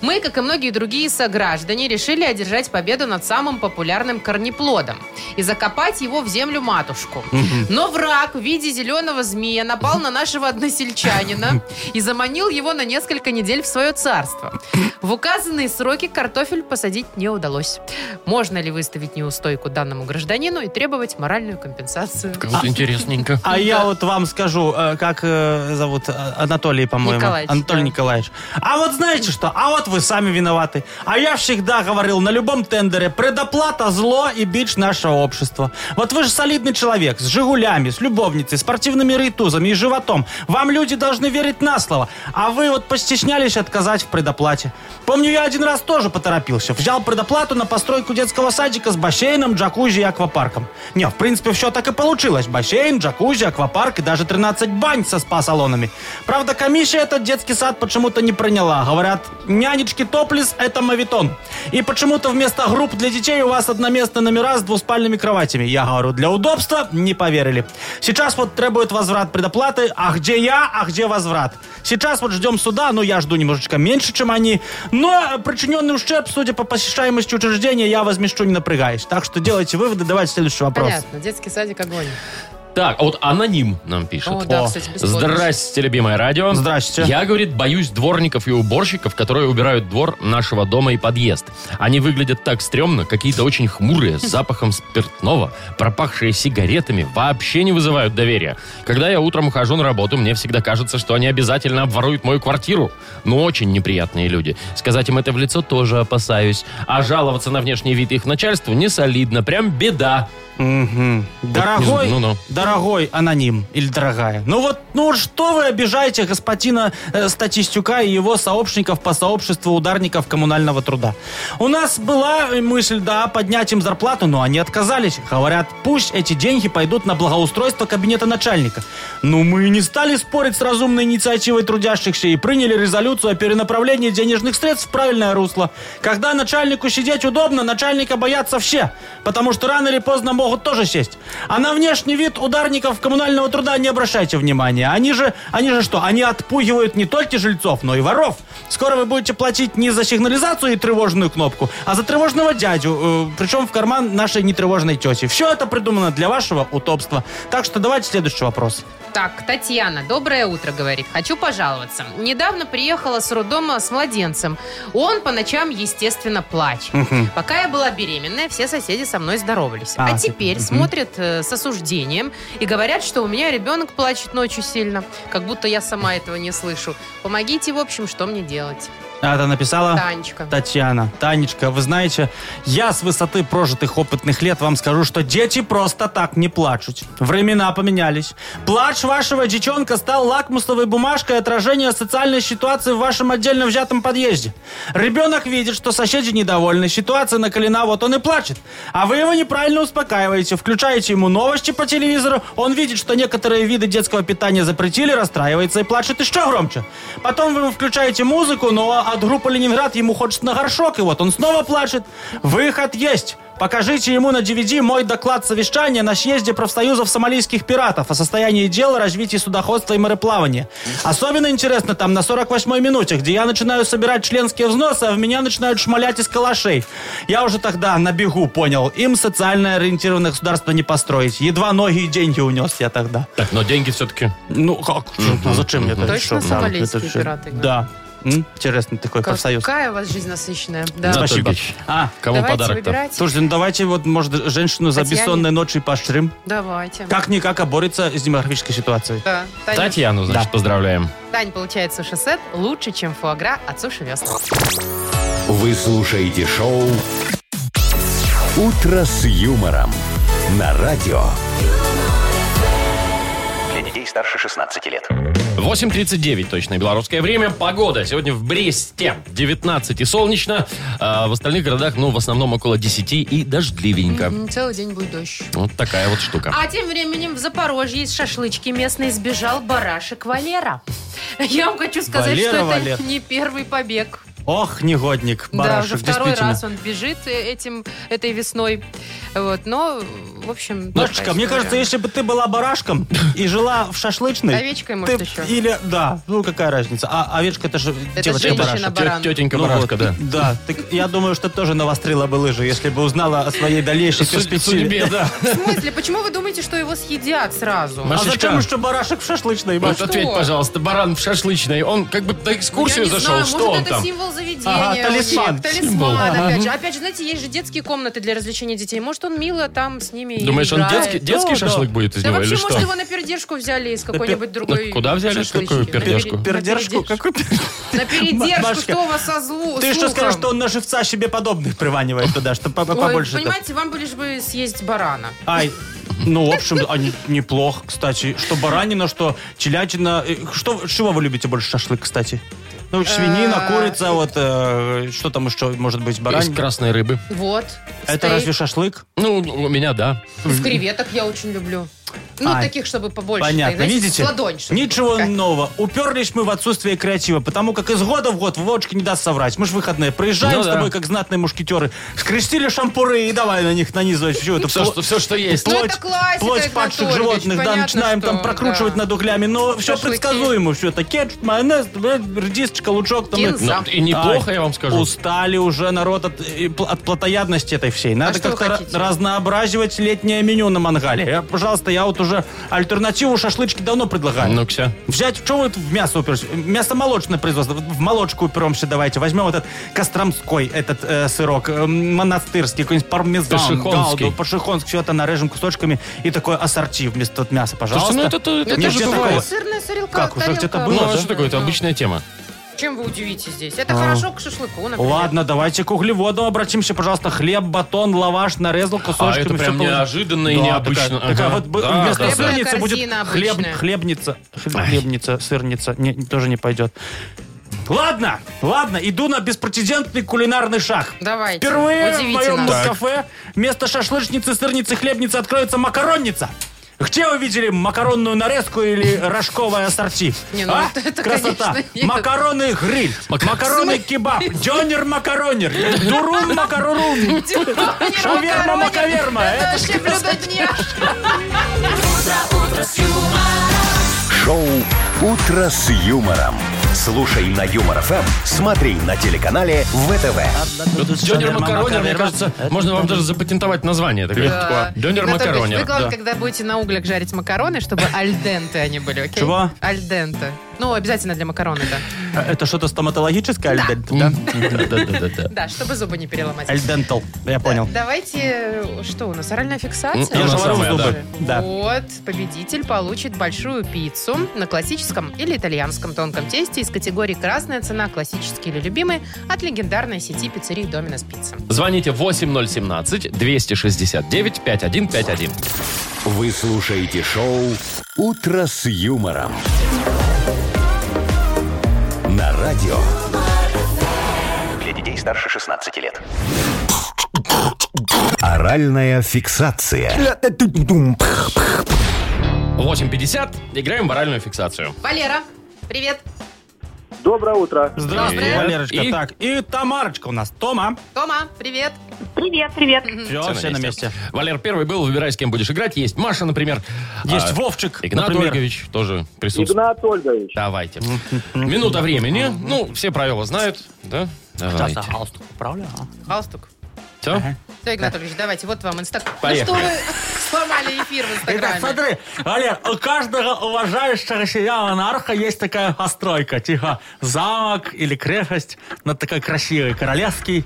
C: Мы, как и многие другие сограждане, решили одержать победу над самым популярным корнеплодом и закопать его в землю матушку. Но враг в виде зеленого змея напал на нашего односельчанина и заманил его на несколько недель в свое царство. В указанные сроки картофель посадить не удалось. Можно ли выставить неустойку данному гражданину и требовать моральную компенсацию?
B: Как будто интересненько.
D: а я вот вам скажу, э, как э, зовут э, Анатолий, по-моему.
C: Николаевич,
D: Анатолий
C: да.
D: Николаевич. А вот знаете что? А вот вы сами виноваты. А я всегда говорил на любом тендере, предоплата зло и бич нашего общества. Вот вы же солидный человек, с жигулями, с любовницей, спортивными рейтузами и животом. Вам люди должны верить на слово. А вы вот постеснялись отказать в предоплате. Помню, я один раз тоже поторопился. Взял предоплату на постройку детского садика с бассейном, джакузи и аквапарком. Не, в принципе, все так и получилось. Бассейн, джакузи, аквапарк и даже 13 бань со спа-салонами. Правда, комиссия этот детский сад почему-то не приняла. Говорят, няни табличке «Топлис» — это мавитон. И почему-то вместо групп для детей у вас одноместные номера с двуспальными кроватями. Я говорю, для удобства не поверили. Сейчас вот требует возврат предоплаты. А где я, а где возврат? Сейчас вот ждем суда, но я жду немножечко меньше, чем они. Но э, причиненный ущерб, судя по посещаемости учреждения, я возмещу, не напрягаясь. Так что делайте выводы, давайте следующий вопрос.
C: Понятно, детский садик огонь.
B: Так, а вот аноним нам пишет.
C: О, да,
D: О,
C: кстати, бесплатно.
B: Здрасте, любимое радио.
D: Здрасте.
B: Я, говорит, боюсь дворников и уборщиков, которые убирают двор нашего дома и подъезд. Они выглядят так стрёмно, какие-то очень хмурые, с запахом спиртного, пропахшие сигаретами, вообще не вызывают доверия. Когда я утром ухожу на работу, мне всегда кажется, что они обязательно обворуют мою квартиру. Но очень неприятные люди. Сказать им это в лицо тоже опасаюсь. А жаловаться на внешний вид их начальству не солидно. Прям беда.
D: Мгм. Дорогой,
B: ну-ну.
D: дорогой аноним или дорогая. Ну вот, ну что вы обижаете господина э, Статистюка и его сообщников по сообществу ударников коммунального труда? У нас была э, мысль, да, поднять им зарплату, но они отказались. Говорят, пусть эти деньги пойдут на благоустройство кабинета начальника. Ну мы и не стали спорить с разумной инициативой трудящихся и приняли резолюцию о перенаправлении денежных средств в правильное русло. Когда начальнику сидеть удобно, начальника боятся все, потому что рано или поздно могут тоже сесть. А на внешний вид ударников коммунального труда не обращайте внимания. Они же, они же что? Они отпугивают не только жильцов, но и воров. Скоро вы будете платить не за сигнализацию и тревожную кнопку, а за тревожного дядю, э, причем в карман нашей нетревожной тети. Все это придумано для вашего удобства. Так что давайте следующий вопрос.
C: Так, Татьяна, доброе утро, говорит. Хочу пожаловаться. Недавно приехала с роддома с младенцем. Он по ночам, естественно, плачет. Пока я была беременная, все соседи со мной здоровались. А,
D: А,
C: теперь смотрят э, с осуждением и говорят, что у меня ребенок плачет ночью сильно. Как будто я сама этого не слышу. Помогите, в общем, что мне делать?
D: А, Она написала?
C: Танечка.
D: Татьяна, Танечка, вы знаете, я с высоты прожитых опытных лет вам скажу, что дети просто так не плачут. Времена поменялись. Плач вашего дичонка стал лакмусовой бумажкой отражения социальной ситуации в вашем отдельно взятом подъезде. Ребенок видит, что соседи недовольны, ситуация накалена, вот он и плачет. А вы его неправильно успокаиваете, включаете ему новости по телевизору, он видит, что некоторые виды детского питания запретили, расстраивается и плачет еще громче. Потом вы ему включаете музыку, но от группы Ленинград ему хочется на горшок, и вот он снова плачет. Выход есть. Покажите ему на DVD мой доклад совещания на съезде профсоюзов сомалийских пиратов о состоянии дела, развитии судоходства и мореплавания. Особенно интересно там на 48-й минуте, где я начинаю собирать членские взносы, а в меня начинают шмалять из калашей. Я уже тогда на бегу понял, им социально ориентированное государство не построить. Едва ноги и деньги унес я тогда.
B: Так, но деньги все-таки...
D: Ну как? Ну, зачем мне это?
C: Точно
D: Что там?
C: сомалийские
D: Это всё-
C: пираты,
D: Да. М, Интересный такой профсоюз.
C: Какая у вас жизнь насыщенная. Да.
B: Да.
D: Спасибо.
B: Анатольевич.
D: А,
B: Кому
C: Давайте
B: подарок-то?
C: выбирать.
D: слушайте, ну давайте вот, может, женщину за
C: Татьяне?
D: бессонной ночью поощрим.
C: Давайте.
D: Как-никак а борется с демографической ситуацией.
C: Да. Таня,
B: Татьяну, значит,
D: Да.
B: поздравляем.
C: Тань получает суши-сет лучше, чем фуагра от Суши Весла.
A: Вы слушаете шоу «Утро с юмором» на радио.
E: Для детей старше 16 лет.
B: 8.39 точно белорусское время. Погода сегодня в Бресте 19 и солнечно. А в остальных городах, ну, в основном около 10 и дождливенько.
C: М, Целый день будет дождь.
B: Вот такая вот штука.
C: А тем временем в Запорожье из шашлычки местной сбежал барашек Валера. Я вам хочу сказать,
D: Валера,
C: что это
D: Валер.
C: не первый побег.
D: Ох, негодник,
C: да,
D: барашек,
C: уже второй
D: действительно.
C: раз он бежит этим, этой весной. Вот, но, в общем...
D: Машечка,
C: такая
D: мне
C: история.
D: кажется, если бы ты была барашком и жила в шашлычной...
C: Овечкой, может,
D: ты-
C: еще.
D: Или, да, ну какая разница. А овечка, это же
C: Это
D: девочка-барашек.
C: женщина-барашек. А, баран.
B: Тетенька
D: Ну
B: барашка,
D: вот,
B: да.
D: Да, так я думаю, что тоже навострила бы лыжи, если бы узнала о своей дальнейшей
B: Судь-
D: перспективе.
B: судьбе, да.
C: В смысле, почему вы думаете, что его съедят сразу?
B: Маш-
D: А
B: Машечка.
D: зачем еще барашек в шашлычной,
B: Вот
D: Маш?
C: Ну что?
B: ответь, пожалуйста, баран в шашлычной. Он как бы на экскурсию
C: Я не
B: зашел.
C: знаю,
B: Что
C: может,
B: он
C: это
B: там?
C: символ заведения.
D: Ага,
C: у них.
D: талисман.
C: Талисман,
B: Символ.
C: опять же. Опять же, знаете, есть же детские комнаты для развлечения детей. Может, он мило там с ними и
B: Думаешь, он
C: играет.
B: детский, детский
D: Да, да.
B: шашлык будет из
C: Да
B: него
C: вообще,
B: или
C: может,
B: что?
C: его на передержку взяли из какой-нибудь другой
B: Ну, куда взяли?
C: шашлычки?
B: Какую
C: На пере-
B: пердежку?
C: на
D: Пердержку?
C: передерж-
D: Какую пердежку?
C: На передержку,
D: Машка,
C: что у вас со зву-
D: Ты что
C: слухом?
D: скажешь, что он на живца себе подобных приманивает туда, чтобы по-
C: Ой,
D: побольше... там?
C: понимаете, вам бы лишь бы съесть барана.
D: Ай, ну, в общем, а, не- неплохо, кстати. Что баранина, что телятина. Э, Что, чего вы любите больше шашлык, кстати? Ну, свинина,
C: Э,
D: курица, вот э, что там еще может быть,
B: Из
D: баранина.
B: красной рыбы.
C: Вот.
D: Это
C: Стейк.
D: разве шашлык?
B: Ну, у меня да.
C: В креветок я очень люблю. Ну,
D: А,
C: таких, чтобы побольше.
D: Понятно,
C: знаете,
D: видите?
C: С ладонь, чтобы Ну,
D: Ничего
C: такая.
D: нового. Уперлись мы в отсутствие креатива, потому как из года в год Вовочка не даст соврать. Мы же выходные. Проезжаем
B: Ну
D: с
B: да.
D: тобой, как знатные мушкетеры. Скрестили шампуры и давай на них нанизывать. Все, это
B: Все,
D: пло-
B: что, все, что есть.
C: Ну, это классика,
D: плоть
C: Игнат
D: падших
C: Ольгович,
D: животных, да,
C: понятно,
D: начинаем там
C: что,
D: прокручивать
C: да.
D: над углями, но все
C: Шашлыки.
D: предсказуемо, все это кетчуп, майонез, блядь, редисочка, лучок. Там,
C: Кинза.
B: Ну,
C: сам.
B: и неплохо, я вам скажу.
D: Устали уже народ от, и пл- от плотоядности этой всей. Надо
C: А что вы
D: как-то
C: хотите?
D: ра- разнообразивать летнее меню на мангале. Я, пожалуйста, я вот уже альтернативу шашлычки давно предлагаю.
B: Ну-кся.
D: Взять, что вы тут в мясо уперся? Мясо молочное производство. В молочку уперемся давайте. Возьмем этот костромской этот э, сырок, э, монастырский, какой-нибудь пармезан.
B: Пошехонский.
D: галду, пашихонский. Все это нарежем кусочками и такое ассорти вместо вот мяса, пожалуйста.
B: Слушайте, ну это, это,
C: Ну,
B: это
C: это
D: Нет,
B: же
C: же
D: где-то
B: бывает.
D: такого.
C: сырная сырелка.
D: Как, уже где-то
C: тарелка. Ну,
B: Ну, а
D: было, да? А.
B: что такое? Это обычная тема.
C: Чем вы удивите здесь? Это хорошо к шашлыку, например.
D: Ладно, давайте к углеводам обратимся, пожалуйста. Хлеб, батон, лаваш, нарезал кусочками.
B: А это
D: всё
B: прям
D: положил.
B: неожиданно и
D: Да,
B: необычно.
D: Такая, такая
B: Ага.
D: вот б-
B: Да,
D: вместо
B: да, да.
D: сырницы
C: Хлебная
D: будет
C: корзина
D: хлеб,
C: обычная.
D: хлебница, хлеб- хлебница, сырница. Не, не- тоже не пойдет. Ладно, ладно, иду на беспрецедентный кулинарный шаг.
C: Давайте,
D: Впервые в
C: удивите
D: моем
C: нас.
D: вот кафе вместо шашлычницы, сырницы, хлебницы откроется макаронница. Где вы видели макаронную нарезку или рожковое ассорти?
C: Не, ну
D: А?
C: вот это,
D: Красота.
C: конечно, нет.
D: Макаронный гриль,
B: Макар-
D: макаронный кебаб, дёнер-макаронер, дурум-макарурум, шаверма-макаверма.
C: Это
D: Это ж
C: вообще блюдо дня.
A: Шоу «Утро с юмором». Слушай на Юмор ФМ, смотри на телеканале ВТВ.
B: Дёнер макаронер, мне
D: Макаверма.
B: кажется, можно вам даже запатентовать название. такое.
C: Да.
B: Дёнер
C: Игнат Ольгович,
B: макаронер.
C: Вы, главное, когда будете на углях жарить макароны, чтобы альденты они были, окей?
D: Чего?
C: Альденты. Ну, обязательно для макароны, да.
D: А Это что-то стоматологическое, альдентал?
B: Да. Да-да-да-да.
C: Да, чтобы зубы не переломать.
D: Альдентал, я понял.
C: Давайте, э, что у нас, оральная
B: Ну,
C: фиксация?
B: Я
D: Я
B: же
D: же
B: самая,
D: вору
B: ворую да.
D: зубы.
B: зубы.
D: Да.
C: Вот, победитель получит большую пиццу на классическом или итальянском тонком тесте из категории «Красная цена», «Классический» или «Любимый» от легендарной сети пиццерий «Доминос Пицца».
B: Звоните 8017-269-5151.
A: Вы слушаете шоу «Утро с юмором». На радио
E: Для детей старше 16 лет.
A: «Оральная фиксация».
B: 8.50. Играем в оральную фиксацию.
C: Валера, привет.
F: Доброе утро.
D: Здравствуй,
B: Привет.
D: Валерочка.
B: И?
D: Так, и Тамарочка у нас. Тома.
C: Тома, привет.
H: Привет, привет.
D: Все, все, на месте.
B: Валер первый был, выбирай, с кем будешь играть. Есть Маша, например.
D: Есть
B: А,
D: Вовчик,
B: Игнат
D: например.
B: Ольгович тоже присутствует.
F: Игнат Ольгович.
B: Давайте. Минута времени. Ну, все правила знают, да? Давайте.
C: Галстук.
B: Всё?
C: Все, Игнат Ольгович, давайте, вот вам инстаграм. Ну
B: Поехали.
C: что вы сломали эфир в
D: Итак,
C: инстаграме?
D: смотри, Валер, у каждого уважающего себя монарха есть такая постройка, типа замок или крепость, но такой красивый, королевский.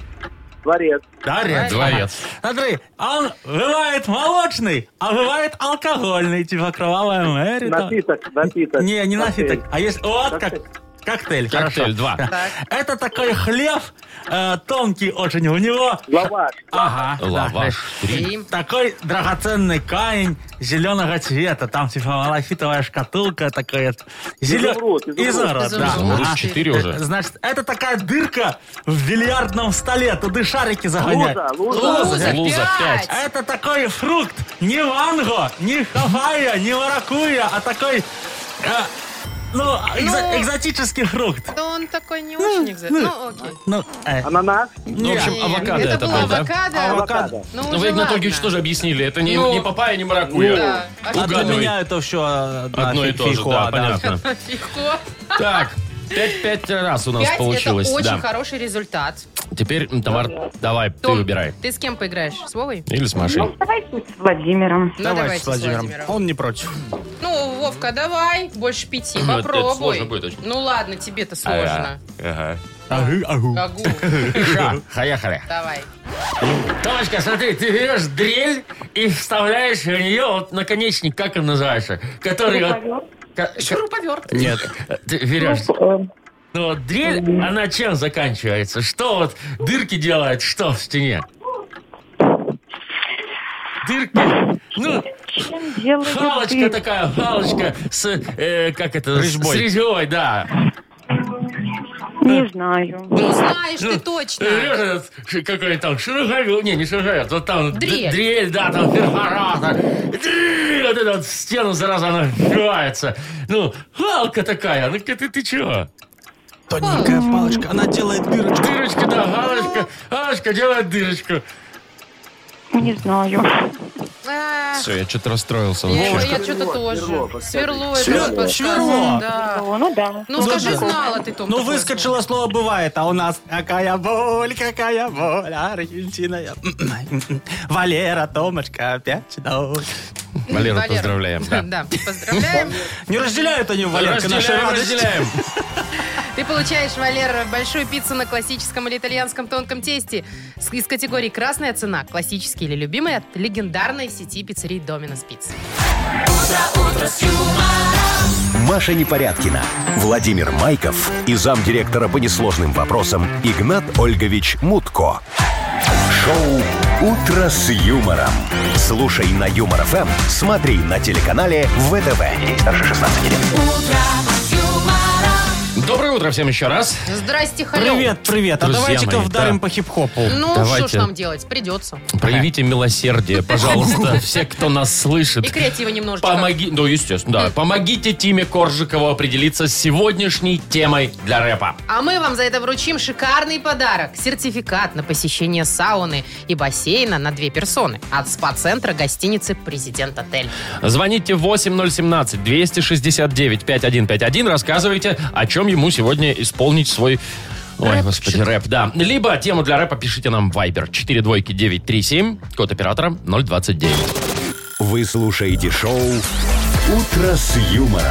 F: Дворец.
D: Дворец.
B: Дворец.
D: Ага. Смотри, а он бывает молочный, а бывает алкогольный, типа кровавая Мэри. там.
F: Напиток, напиток.
D: Не, не
F: Коктейль.
D: напиток, а есть вот как...
F: Коктейль.
D: Коктейль,
B: Коктейль,
D: хорошо.
B: два.
D: Да.
C: Так.
D: Это такой хлеб, э, тонкий очень, у него...
F: Лаваш.
D: Ага. да,
B: Лаваш.
C: Три.
D: такой драгоценный камень зеленого цвета. Там типа малахитовая шкатулка такая. Зелё-
F: Изумруд, изумруд.
D: Изумруд, да.
C: Изумруд,
D: Ага.
B: четыре уже.
D: Э, Значит, это такая дырка в бильярдном столе. Туда шарики загоняют.
F: Луза, луза.
C: Луза,
B: Э, Луза,
C: пять.
D: А Это такой фрукт. Не манго, не хавайя, не маракуйя, а такой... э, ну, экзо-
C: Ну.
D: экзотический фрукт.
C: Да он такой не очень экзот. Ну, окей.
D: Ну, э,
F: Ананас.
B: Ну, в общем,
C: Не,
B: авокадо это,
C: это
B: был,
C: было
B: да?
C: авокадо.
D: авокадо.
C: Ну,
B: Ну,
C: уже
B: вы, Игнат
C: ладно.
B: Ольгович, тоже объяснили. Это не,
C: Ну,
B: не папайя, не маракуйя.
C: да. А
D: А для
B: Угадывай.
D: меня это э, все
B: Одно и то же, да, понятно.
C: Легко.
B: Так, пять пять раз у нас
C: Пять – это
B: получилось.
C: очень
B: да.
C: хороший результат.
B: Теперь, м, Тамар, давай, ты
C: Том, Ну,
B: выбирай.
C: Ты с кем поиграешь? С Вовой?
B: Или с Машей.
H: Давайте с Владимиром.
C: Ну,
D: Давай
C: давайте
D: с Владимиром. Он не против.
C: Ну, Вовка, давай. Больше пяти.
B: Ну, это- это
C: Попробуй.
B: сложно будет очень. А.
C: Ну, ладно, тебе-то сложно.
B: Ага.
D: Агу, агу.
C: Гагу.
B: Ша, Поехали.
C: Давай.
B: Томочка, смотри, ты берешь дрель и вставляешь в нее вот наконечник, как он называется? Который вот... Ка- ка-
C: Шуруповерт.
B: Нет. Ты берешь... Ну вот дрель, она чем заканчивается? Что вот дырки делает, что в стене? Дырки. Ну,
H: Чем делаете?
B: Палочка такая, палочка с, э, как это, с-
D: Резьбой.
B: с резьбой, да.
H: Не знаю.
C: Ну, знаешь ты
B: Ну,
C: точно.
B: э, э, какой там шуругарь, не, не шуругарь, вот там
C: Дрель.
B: д- дрель, да, там перфоратор. Дрель, вот эта вот в стену, зараза, она вбивается. Ну, галка такая, ну-ка ты, ты чего?
D: Тоненькая палочка, она делает дырочку.
B: Дырочка, да,
C: Ну,
B: галочка, галочка делает дырочку.
H: Не знаю.
C: А,
B: Все, я что-то расстроился
C: Я,
B: вообще.
C: я что-то тоже. Сверло это
D: Сверло,
C: вот подсказывает,
D: сверло.
C: Да.
H: Ну да.
C: Ну скажи,
D: да.
C: знала ты, Том.
D: Ну,
C: такое
D: выскочило слово «бывает», а у нас какая боль, какая боль, Аргентина. я- Валера, Томочка, опять ночь.
C: слово.
B: Валеру поздравляем, да.
C: Да, поздравляем.
D: Не разделяют они, Валерка, наши
B: Разделяем,
D: радости.
B: разделяем.
C: Ты получаешь, Валера, большую пиццу на классическом или итальянском тонком тесте С- из категории «Красная цена», «Классический» или «Любимый» от легендарной сети пиццерий «Доминос Пицца».
A: Маша Непорядкина, Владимир Майков и замдиректора по несложным вопросам Игнат Ольгович Мутко. Шоу «Утро с юмором». Слушай на Юмор ФМ, смотри на телеканале ВТВ. Ей старше 16 лет.
B: Доброе утро всем еще раз.
C: Здрасте, халё.
D: Привет, привет. А
B: Друзья
D: давайте-ка
B: мои,
D: вдарим
B: да.
D: по хип-хопу.
C: Ну, что ж
B: Давайте.
C: нам делать? Придется.
B: Проявите милосердие, пожалуйста, все, кто нас слышит.
C: И креатива немножечко.
B: Помоги, ну, естественно, да. Помогите Тиме Коржикову определиться с сегодняшней темой для рэпа.
C: А мы вам за это вручим шикарный подарок. Сертификат на посещение сауны и бассейна на две персоны от спа-центра гостиницы «Президент Отель».
B: Звоните 8017-269-5151, рассказывайте, о чем ему сегодня исполнить свой... Ой, господи, рэп, да. Либо тему для рэпа пишите нам в Viber 42937, код оператора 029.
A: Вы слушаете шоу «Утро с юмором»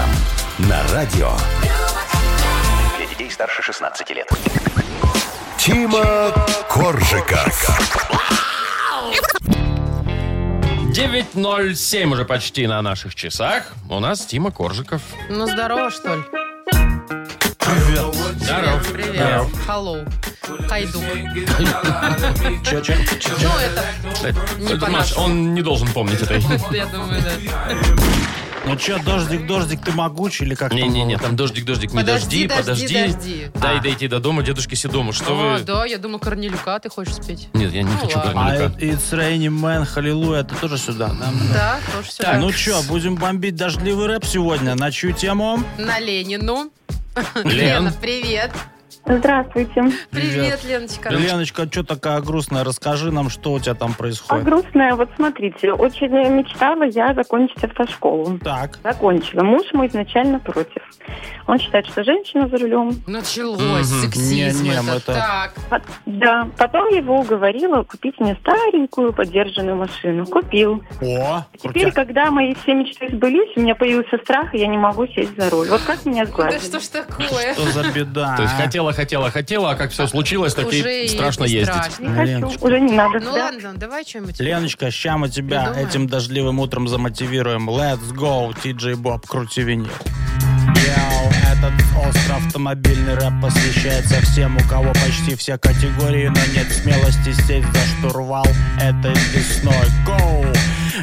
A: на радио.
E: Для детей старше 16 лет.
A: Тима Коржика.
B: 9.07 уже почти на наших часах. У нас Тима Коржиков.
C: Ну, здорово, что ли?
B: Здоров.
C: Привет.
B: Здоров.
C: Hello. Хайдук. Ну, это, Не
B: Это,
C: по
B: Маш,
C: нашему.
B: Э, он не должен помнить этой.
C: я думаю, да.
D: Ну чё, дождик, дождик, ты могуч или как там
B: Не-не-не,
D: было?
B: там дождик, дождик, не
C: Подожди,
B: дожди,
C: дожди,
B: подожди.
C: дожди.
B: Дай дойти до дома дедушки Седому. Что
C: А,
B: Ну, вы...
C: да, я думала, Корнелюка ты хочешь спеть.
B: Нет, я не
C: Ну
B: хочу
C: ладно.
D: А
B: Корнелюка.
D: It's Raining Man, Hallelujah, это тоже сюда, да?
C: Да, тоже все.
D: Ну чё, будем бомбить дождливый рэп сегодня. На чью тему?
C: На Ленину.
B: Лен.
C: Лена, привет.
H: Здравствуйте.
C: Привет, Леночка.
D: Леночка, что такая грустная? Расскажи нам, что у тебя там
H: А
D: происходит.
H: грустная, вот смотрите, очень мечтала я закончить автошколу.
D: Так.
H: Закончила. Муж мой изначально против. Он считает, что женщина за рулем
C: Началось
B: Мгм.
C: сексизм
D: Не-не,
C: этот.
D: это-
C: Так,
H: Пот- Да, потом я его уговорила купить мне старенькую подержанную машину. Купил.
D: О,
H: Теперь,
D: крутяк.
H: когда мои все мечты сбылись, у меня появился страх, и я не могу сесть за руль. Вот как меня
C: да
H: сгладили?
C: что ж такое?
D: Что за беда?
B: То есть
D: а?
B: хотела, хотела, хотела, а как все случилось, так
C: Уже
B: и страшно
C: и
B: ездить.
H: Не
C: страшно.
H: хочу,
D: Леночка.
H: уже не надо.
C: Ну
H: да.
C: ладно, давай что-нибудь.
D: Леночка, ща мы тебя
C: Придумаем.
D: этим дождливым утром замотивируем. Let's go, Ти-Джей Боб, крути винил. Йоу, этот остров автомобильный рэп посвящается всем, у кого почти все категории, но нет смелости сесть за штурвал этой весной. Гоу!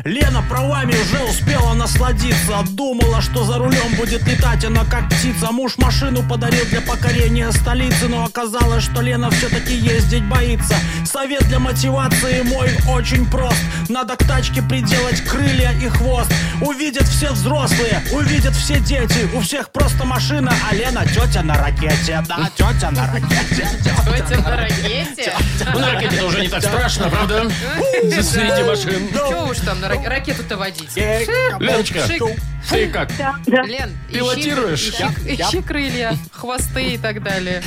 D: Лена правами уже успела насладиться Думала, что за рулем будет летать она как птица Муж машину подарил для покорения столицы Но оказалось, что Лена все-таки ездить боится Совет для мотивации мой очень прост Надо к тачке приделать крылья и хвост Увидят все взрослые, увидят все дети У всех просто машина, а Лена тетя на ракете Да, тетя на ракете
C: Давайте на ракете.
B: Ну, на ракете-то уже не так страшно, правда? Среди машин.
C: Чего уж там на рак- ракету-то водить?
D: Э,
B: Леночка,
C: Шик.
B: ты как?
H: Да, да.
C: Лен, ищи-
B: Пилотируешь?
C: ищи- Ищи крылья, хвосты и так далее.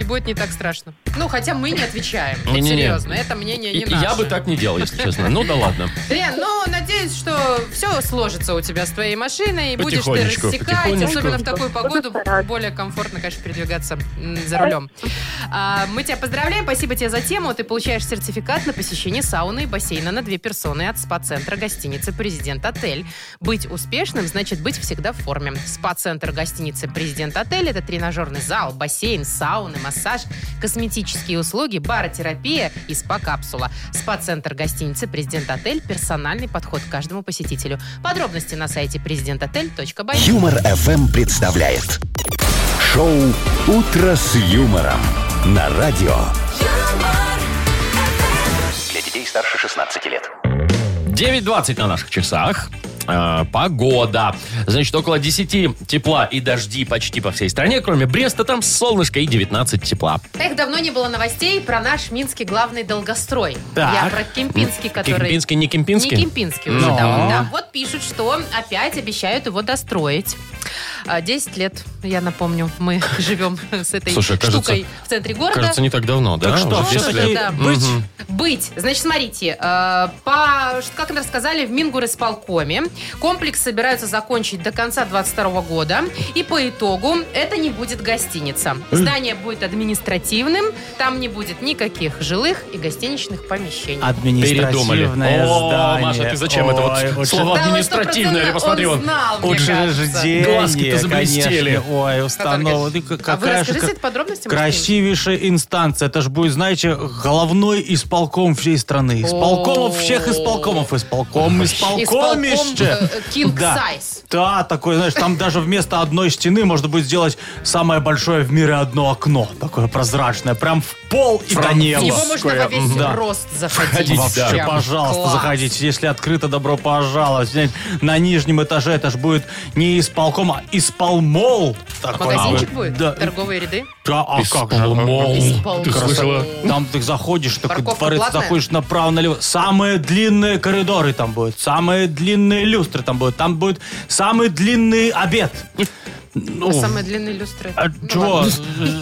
C: И будет не так страшно. Ну, хотя мы не отвечаем. Вот
B: Не-не-не.
C: Серьезно, это мнение
B: И-
C: не
B: и
C: наше.
B: Я бы так не делал, если честно. Ну да ладно.
C: Лен, ну, надеюсь, что все сложится у тебя с твоей машиной, и будешь ты
B: Потихонечку,
C: рассекать,
B: потихонечку.
C: особенно в такую погоду,
H: стараться.
C: более комфортно, конечно, передвигаться м, за рулем. А, мы тебя поздравляем, спасибо тебе за тему, ты получаешь сертификат на посещение сауны и бассейна на две персоны от спа-центра гостиницы «Президент Отель». Быть успешным значит быть всегда в форме. Спа-центр гостиницы «Президент Отель» — это тренажерный зал, бассейн, сауны, массаж, косметические услуги, баротерапия и спа-капсула. Спа-центр гостиницы «Президент Отель» — персональный подход к каждому посетителю. Подробности на сайте президентотель.бай.
A: Юмор ФМ эм представляет. Шоу «Утро с юмором» на радио.
I: юмор,
E: Для детей старше 16 лет.
B: 9.20 на наших часах. А, Погода. Значит, около 10 тепла и дожди почти по всей стране, кроме Бреста, там солнышко и 19 тепла.
C: Эх, давно не было новостей про наш минский главный долгострой.
D: Так.
C: Я про Кемпинский, который...
B: Кемпинский, не Кемпинский? Ну.
C: Не Кемпинский уже,
D: Но.
C: да, он, да. Вот пишут, что опять обещают его достроить. А, 10 лет, я напомню, мы живем с этой
B: Слушай, кажется-
C: штукой в центре города.
B: Кажется, не так давно, да?
D: Так что,
B: Уже 10 лет.
D: все-таки
C: Да.
D: быть?
B: Мгм.
C: Быть. Значит, смотрите, э, по, ш- как рассказали в Мингурисполкоме, комплекс собираются закончить до конца 2022 года. И по итогу это не будет гостиница. Здание будет административным, там не будет никаких жилых и гостиничных помещений.
B: Передумали.
D: Административное
B: О,
D: здание.
B: Маша, ты зачем это вот
D: Ой,
B: с-
D: уч-
B: слово
C: Да, он
B: административное? Я посмотри,
C: он
B: он...
C: знал, мне кажется.
D: Учреждение,
B: Глазки-то заблестели.
D: конечно. Ой, установа.
C: Наталья,
D: Ну, к-
C: А вы
D: какая же
C: расскажите
D: кра-
C: это подробности? может,
D: Красивейшая инстанция. Это же будет, знаете, головной исполком всей страны. Исполкомов всех исполкомов. Исполком,
C: кто-нибудь? Исполком,
D: исполкомище.
C: э, King
D: Да.
C: Size.
D: Да, такой, знаешь, там даже вместо одной стены можно будет сделать самое большое в мире одно окно. Такое прозрачное. Прям в пол и до
C: В
D: неба.
C: него можно во весь
D: Да.
C: рост заходить.
B: Входить,
D: Вообще,
B: да.
D: пожалуйста,
C: Класс.
D: заходите. Если открыто, добро пожаловать. Знаете, На нижнем этаже это ж будет не исполком, а исполмол. Такой
C: Магазинчик будет?
D: Да.
C: Торговые ряды?
D: Да, а как же?
B: Исполмол.
C: Исполмол.
B: Ты слышала?
D: Там ты заходишь, такой
C: Парковка
D: дворец,
C: платная?
D: заходишь направо-налево. Самые длинные коридоры там будут, самые длинные люстры там будут, там будет самый длинный обед. Ну,
C: Самые длинные люстры.
D: а
C: Ну,
D: чего?
C: ладно.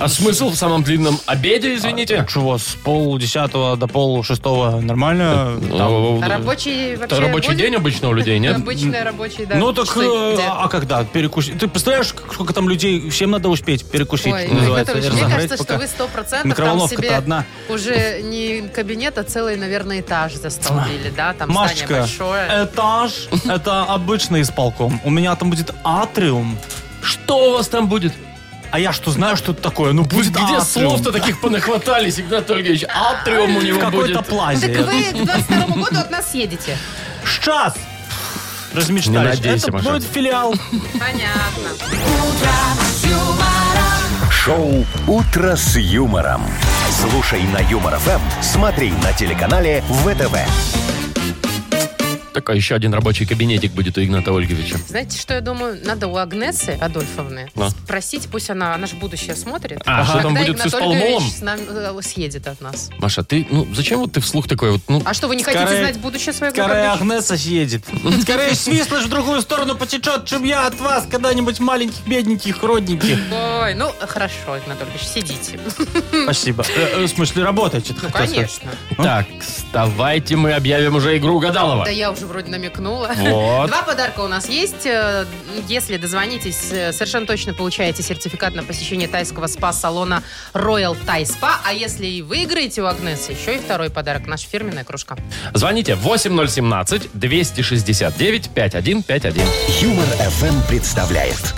B: А смысл в самом длинном обеде, извините?
D: Чего, с полдесятого до полшестого нормально? Там-
B: Ну,
C: А Рабочий
B: Это
C: вообще
B: рабочий
C: будет?
B: день обычно у людей, нет?
C: Обычный рабочий, да.
D: Ну так,
C: часы
D: э,
C: где?
D: а а когда? Перекусить. Ты представляешь, как- сколько там людей, всем надо успеть перекусить,
C: Ой,
D: называется.
C: Викторович,
D: и
C: мне
D: разогреть
C: кажется, что
D: пока.
C: вы сто процентов там
D: Микроволновка-то
C: себе
D: одна.
C: уже не кабинет, а целый, наверное, этаж застолбили, да? Там здание
D: Машечка, Э,
C: большое.
D: этаж, это обычный исполком. У меня там будет атриум.
B: Что у вас там будет?
D: А я что знаю, что это такое? Ну, будет
B: Где
D: атриум.
B: слов-то таких понахватались, Игнат Ольгович? Атриум у
D: В
B: него будет.
D: какой-то плазе.
C: Ну, Так вы к 22 году от нас едете.
D: Сейчас!
B: Не
D: Размечтались.
B: надейся,
D: это
B: Маша.
D: будет филиал.
C: Понятно.
A: Шоу «Утро с юмором». Слушай на Юмор ФМ, смотри на телеканале ВТВ.
B: Такой еще один рабочий кабинетик будет у Игната Ольговича.
C: Знаете, что я думаю? Надо у Агнесы Адольфовны
B: Ну.
C: спросить, пусть она, она же будущее смотрит.
B: А, что там
C: когда
B: будет с
C: Игнат Ольгович
B: исполмолом?
C: с нами, э, съедет от нас.
B: Маша, ты, ну, зачем вот ты вслух такой вот, ну,
C: А что, вы не хотите
D: Скорее-
C: знать будущее своего
D: Скорее
C: Агнесы?
D: Агнеса съедет. Скорее свистнешь в другую сторону потечет, чем я от вас когда-нибудь маленьких, бедненьких, родненьких.
C: Ой, ну хорошо, Игнатольевич, сидите.
D: Спасибо. Э, э, В смысле, работаете?
C: Ну, конечно.
B: так, давайте мы объявим уже игру Гадалова.
C: Да я уже вроде намекнула.
B: Вот.
C: Два подарка у нас есть. Э, Если дозвонитесь, э, совершенно точно получаете сертификат на посещение тайского спа-салона Royal Thai Spa. А если и выиграете у Агнесы, еще и второй подарок. Наша фирменная кружка.
B: Звоните 8017-269-5151.
A: Юмор ФМ представляет.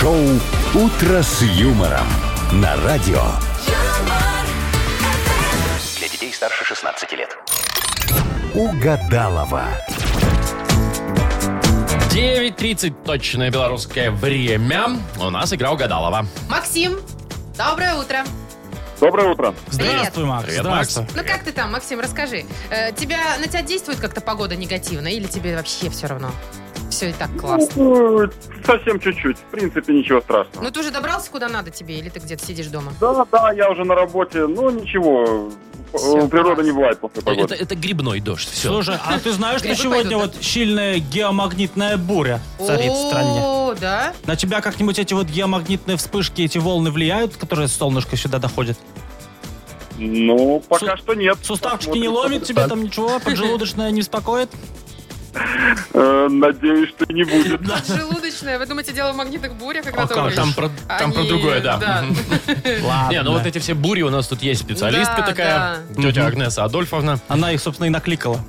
A: Шоу «Утро с юмором» на радио.
I: юмор,
E: Для детей старше 16 лет.
A: Угадалова.
B: 9.30, точное белорусское время. У нас игра Угадалова.
C: Максим, доброе утро.
F: Доброе утро.
D: Здравствуй, Макс.
B: Привет,
D: Здравствуй.
C: Ну как ты там, Максим, расскажи. Э, Тебя, на тебя действует как-то погода негативно или тебе вообще все равно? Все и так классно.
F: Ну, совсем чуть-чуть. В принципе, ничего страшного.
C: Ну ты уже добрался куда надо тебе или ты где-то сидишь дома?
F: Да, да, я уже на работе. Ну, ничего.
C: Всё,
F: Э, Природа
C: класс.
F: не бывает после
B: Это,
F: погоды.
B: это грибной дождь, все.
D: Слушай, а ты знаешь, что
C: Грибы
D: сегодня
C: пойдут,
D: вот сильная геомагнитная буря царит в стране?
C: О, да?
D: На тебя как-нибудь эти вот геомагнитные вспышки, эти волны влияют, которые с солнышка сюда доходят?
F: Ну, пока
D: Су-
F: что нет.
D: Суставчики
F: Посмотрим,
D: не ломит
F: как
D: тебя там ничего? Поджелудочная не беспокоит?
F: будет. Э, Надеюсь, что и не будет.
C: Желудочная. Вы думаете, дело в магнитных бурях? Игнат
D: как,
C: Ольгович?
B: Там про, там про
C: Они-
B: другое, да.
C: да.
B: Мгм.
D: Ладно.
B: Не, ну вот эти все бури у нас тут есть специалистка
C: Да,
B: такая, тетя
D: Мгм.
B: Агнеса Адольфовна.
D: Она их, собственно, и накликала.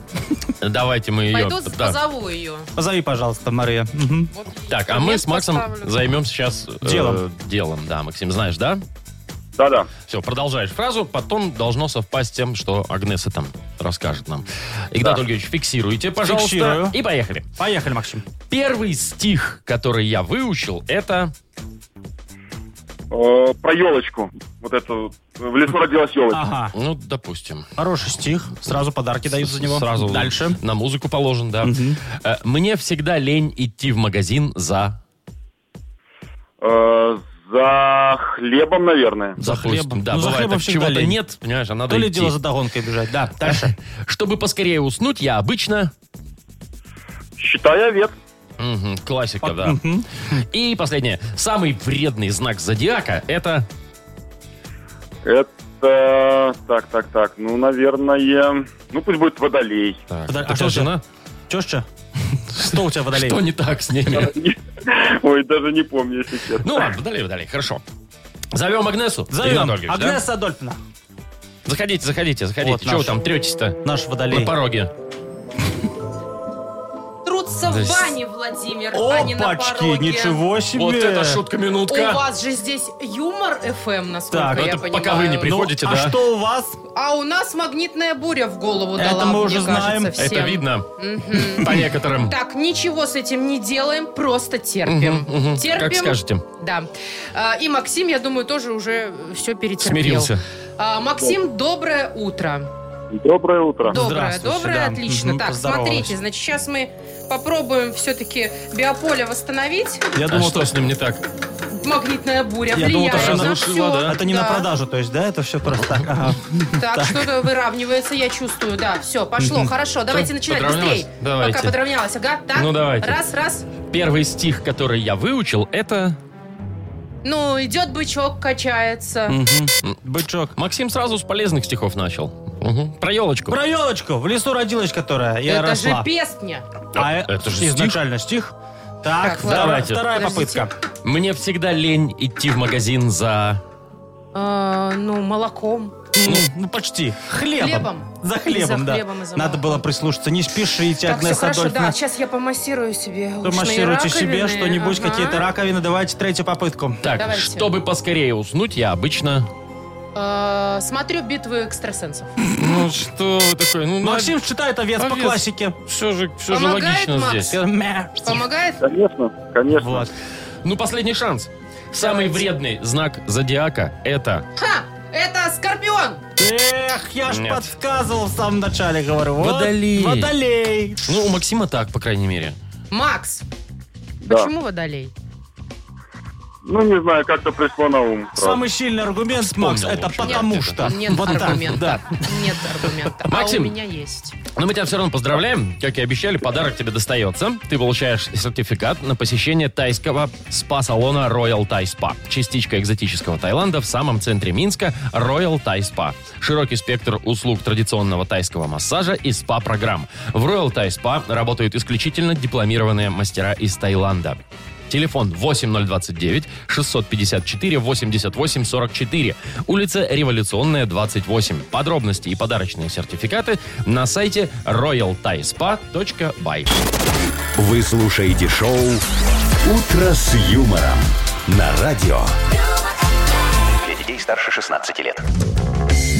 B: Давайте мы ее...
C: Пойду
B: да.
C: позову ее.
D: Позови, пожалуйста, Мария. Мгм.
C: Вот.
B: Так, а мы
C: Нет,
B: с Максом
C: поставлю.
B: займемся сейчас... э,
D: Делом.
B: делом, да, Максим, знаешь, да?
F: Да-да.
B: Все, продолжаешь фразу, потом должно совпасть с тем, что Агнеса там расскажет нам. Игнат Ольгович, фиксируйте, пожалуйста.
D: Фиксирую.
B: И поехали.
D: Поехали, Максим.
B: Первый стих, который я выучил, это...
F: Э, Про елочку. Вот эту. В лесу родилась елочка.
D: Ага.
B: Ну, допустим.
D: Хороший стих. Сразу подарки дают за него.
B: Сразу
D: Дальше.
B: на музыку положен, да.
D: Мгм.
B: Э, Мне всегда лень идти в магазин за...
F: Э, За хлебом, наверное.
B: За
D: хлебом.
B: Да,
D: Ну, за
B: бывает
D: хлебом
B: так,
D: всегда
B: чего-то
D: лень.
B: нет, понимаешь, а надо
D: То ли
B: идти.
D: дело за догонкой бежать. Да, дальше.
B: Чтобы поскорее уснуть, я обычно...
F: Считай овец.
B: Мгм, классика, да.
D: Мгм.
B: И последнее. Самый вредный знак зодиака – это...
F: Это... Так, так, так. Ну, наверное... Ну, пусть будет водолей.
B: Так,
D: Подо- а
B: это
D: что у тебя?
B: жена?
D: Чё ж чё? Что у тебя водолей?
B: Что не так с ними?
F: Ой, даже не помню, если честно.
B: Ну ладно, далее, далее, хорошо. Зовем Агнесу? Игнат
D: Зовем.
B: Ольгович, да?
D: Агнеса Адольфовна.
B: Заходите, заходите, заходите.
D: Вот
B: Чего вы
D: наш.
B: там третесь-то?
D: Наш
B: На
D: водолей.
B: пороге. Да
C: Трутся в
B: с-
C: бане, Владимир, а не на
D: Опачки,
C: пороге.
D: ничего себе.
B: Вот это шутка-минутка.
C: У вас же здесь юмор FM, насколько
D: Так,
B: ну
C: я
B: это
C: понимаю.
B: пока вы не
D: Ну,
B: приходите,
D: а
B: да?
D: что у вас?
C: А у нас магнитная буря в голову
D: Это
C: дала,
D: мы
C: мне
D: уже знаем.
C: кажется, всем.
B: Это видно
C: Мгм.
B: по некоторым.
C: Так, ничего с этим не делаем, просто терпим.
B: Мгм, мгм.
C: Терпим.
B: Как скажете.
C: Да. А, И Максим, я думаю, тоже уже все перетерпел.
B: Смирился.
C: А, Максим, доброе утро.
F: Доброе утро.
D: Ну,
C: Доброе,
D: Здравствуйте,
C: доброе,
D: да.
C: отлично.
D: Мгм,
C: Так,
D: поздоровалась.
C: смотрите, значит, сейчас мы попробуем все-таки биополе восстановить.
D: Я
B: А
D: думал,
B: что с ним не так?
C: Магнитная буря
D: Я думал,
C: влияет
D: то, что
C: на
B: разрушила,
C: всё.
B: да?
D: Это не на продажу, то есть, да? Это все просто так. ага.
C: Так, что-то выравнивается, я чувствую. Да, все, пошло, хорошо. Давайте начинать
B: подравнялась?
C: быстрее.
B: Давайте.
C: Пока подравнялась, ага. Так,
B: Ну, давайте.
C: раз, раз.
B: Первый стих, который я выучил, это...
C: Ну, идет бычок, качается.
D: Мгм. Бычок.
B: Максим сразу с полезных стихов начал. Мгм. Про елочку.
D: Про елочку. В лесу родилась, которая. Я
C: Это
D: росла.
C: же песня.
D: А
B: Это
D: это
B: же
D: же
B: стих.
D: изначально стих. Так,
C: Так, ладно.
B: Давайте.
D: давайте. Вторая
C: Подождите.
D: попытка.
B: Мне всегда лень идти в магазин за...
C: А, ну, молоком.
D: Ну, ну, почти. Хлебом.
C: Хлебом.
D: За
C: И
D: хлебом,
C: за
D: да.
C: хлебом, и за
D: Надо
C: молоком.
D: было прислушаться. Не спешите,
C: так, все
D: Агнеса
C: хорошо, да.
D: Адольфовна.
C: Сейчас я помассирую себе
D: Вы
C: ушные
D: Массируйте себе
C: раковины.
D: что-нибудь,
C: Ага.
D: какие-то раковины. Давайте третью попытку.
B: Так,
C: Давайте.
B: чтобы поскорее уснуть, я обычно...
C: А, смотрю битвы экстрасенсов.
B: Ну что вы такое? Ну,
D: Максим читает овец по
B: Овец.
D: классике. Э,
B: все же, все же
C: Помогает,
B: логично
C: Макс?
B: здесь.
D: Мя.
C: Помогает?
F: Конечно, конечно.
D: Вот.
B: Ну, последний шанс. Самый вредный знак зодиака это...
C: Ха! Это скорпион!
D: Эх, я ж
B: Нет.
D: подсказывал в самом начале, говорю. Вот
B: Водолей.
D: Водолей.
B: Ну, у Максима так, по крайней мере.
C: Макс!
F: Да.
C: Почему водолей?
F: Ну, не знаю, как-то пришло на ум. сразу.
D: Самый сильный аргумент,
B: Вспомнил,
D: Макс,
B: в
D: это
B: общем,
D: потому
B: нет,
D: что.
C: Нет
D: вот так,
C: аргумента.
D: да.
C: Нет аргумента.
B: Максим.
C: А у меня есть.
B: Но мы тебя все равно поздравляем. Как и обещали, подарок тебе достается. Ты получаешь сертификат на посещение тайского спа-салона Royal Thai Spa. Частичка экзотического Таиланда в самом центре Минска Royal Thai Spa. Широкий спектр услуг традиционного тайского массажа и спа-программ. В Royal Thai Spa работают исключительно дипломированные мастера из Таиланда. Телефон 8029 654 88 44. Улица Революционная 28. Подробности и подарочные сертификаты на сайте royalthaispa.by.
A: Вы слушаете шоу «Утро с юмором» на радио.
E: Для детей старше 16 лет.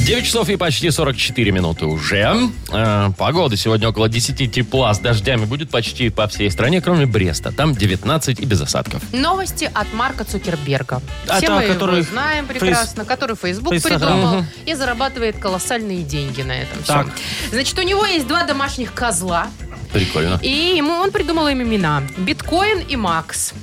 B: 9 часов и почти 44 минуты уже. Э, погода сегодня около 10 тепла с дождями будет почти по всей стране, кроме Бреста. Там 19 и без осадков.
C: Новости от Марка Цукерберга.
D: А
C: Все
D: та,
C: мы его
D: который
C: знаем
D: фейс-
C: прекрасно, который Facebook
D: Фейсаграм.
C: придумал и зарабатывает колоссальные деньги на этом всем.
D: Так.
C: Значит, у него есть два домашних козла,
B: Прикольно.
C: и ему он придумал им имена. Биткоин и Макс.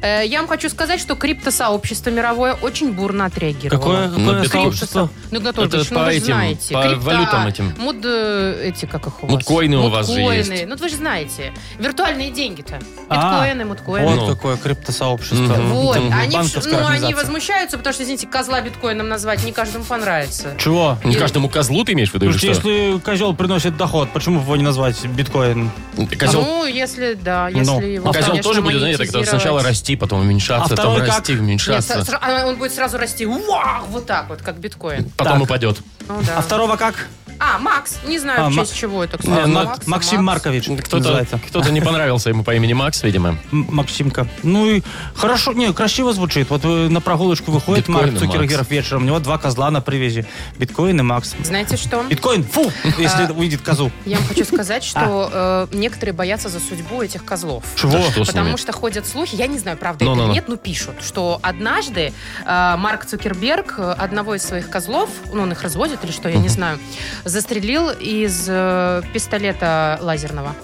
C: Э, Я вам хочу сказать, что криптосообщество мировое очень бурно отреагировало.
D: Какое,
B: Ну,
D: какое
B: биток.
D: сообщество?
C: Ну, Игнат Ольгович,
B: Это
C: ну
B: по
C: вы же
B: этим,
C: знаете.
B: по валютам этим.
C: Муд, э, эти, как их у вас?
B: Мудкоины у вас же
C: Мудкоины.
B: есть.
C: Ну, вы же знаете. Виртуальные деньги-то.
D: А,
C: Биткоины, мудкоины.
B: Ну.
D: Вот какое криптосообщество.
B: Мгм.
C: Вот,
D: Там
C: они, в-
D: банковская
C: ну, они
D: организация.
C: возмущаются, потому что, извините, козла биткоином назвать не каждому понравится.
D: Чего?
B: Не каждому козлу Ну, ты имеешь в виду, или
D: Слушайте,
B: что?
D: если козел приносит доход, почему бы его не назвать биткоин?
B: Козел
C: Ну, если, да, если
D: Ну,
C: его,
B: А козел
C: конечно,
B: тоже будет, знаете, тогда
C: монетизировать.
B: сначала расти, потом уменьшаться,
D: А
B: потом
D: второй как?
B: расти,
C: Нет,
B: уменьшаться,
C: сра- сра- а он будет сразу расти, уах, вот так вот, как биткоин.
B: потом
D: Так.
B: упадет.
C: Ну да.
D: А второго как?
C: А, Макс. Не знаю,
D: А,
C: в
D: Ма-
C: честь чего это,
D: Э,
C: кстати.
D: Мак-
C: Макс,
D: Максим
C: Макс.
D: Маркович
B: ну, Кто-то
D: называется.
B: кто не понравился ему по имени Макс, видимо.
D: М- Максимка. Ну и хорошо, не, красиво звучит. Вот э, на прогулочку выходит
B: Биткоин и
D: Марк Цукергер
B: Макс.
D: вечером, у него два козла на привязи. Биткоин и Макс.
C: Знаете что?
D: Биткоин, фу,
C: А.
D: если увидит козу.
C: Я вам хочу сказать, что
B: А.
C: э, некоторые боятся за судьбу этих козлов.
D: Чего?
B: Да что с ними?
C: Потому что ходят слухи, я не знаю, правда это
B: Ну-ну-ну.
C: или нет, но пишут, что однажды э, Марк Цукерберг э, одного из своих козлов, ну он их разводит или что, я не знаю, застрелил из э, пистолета лазерного.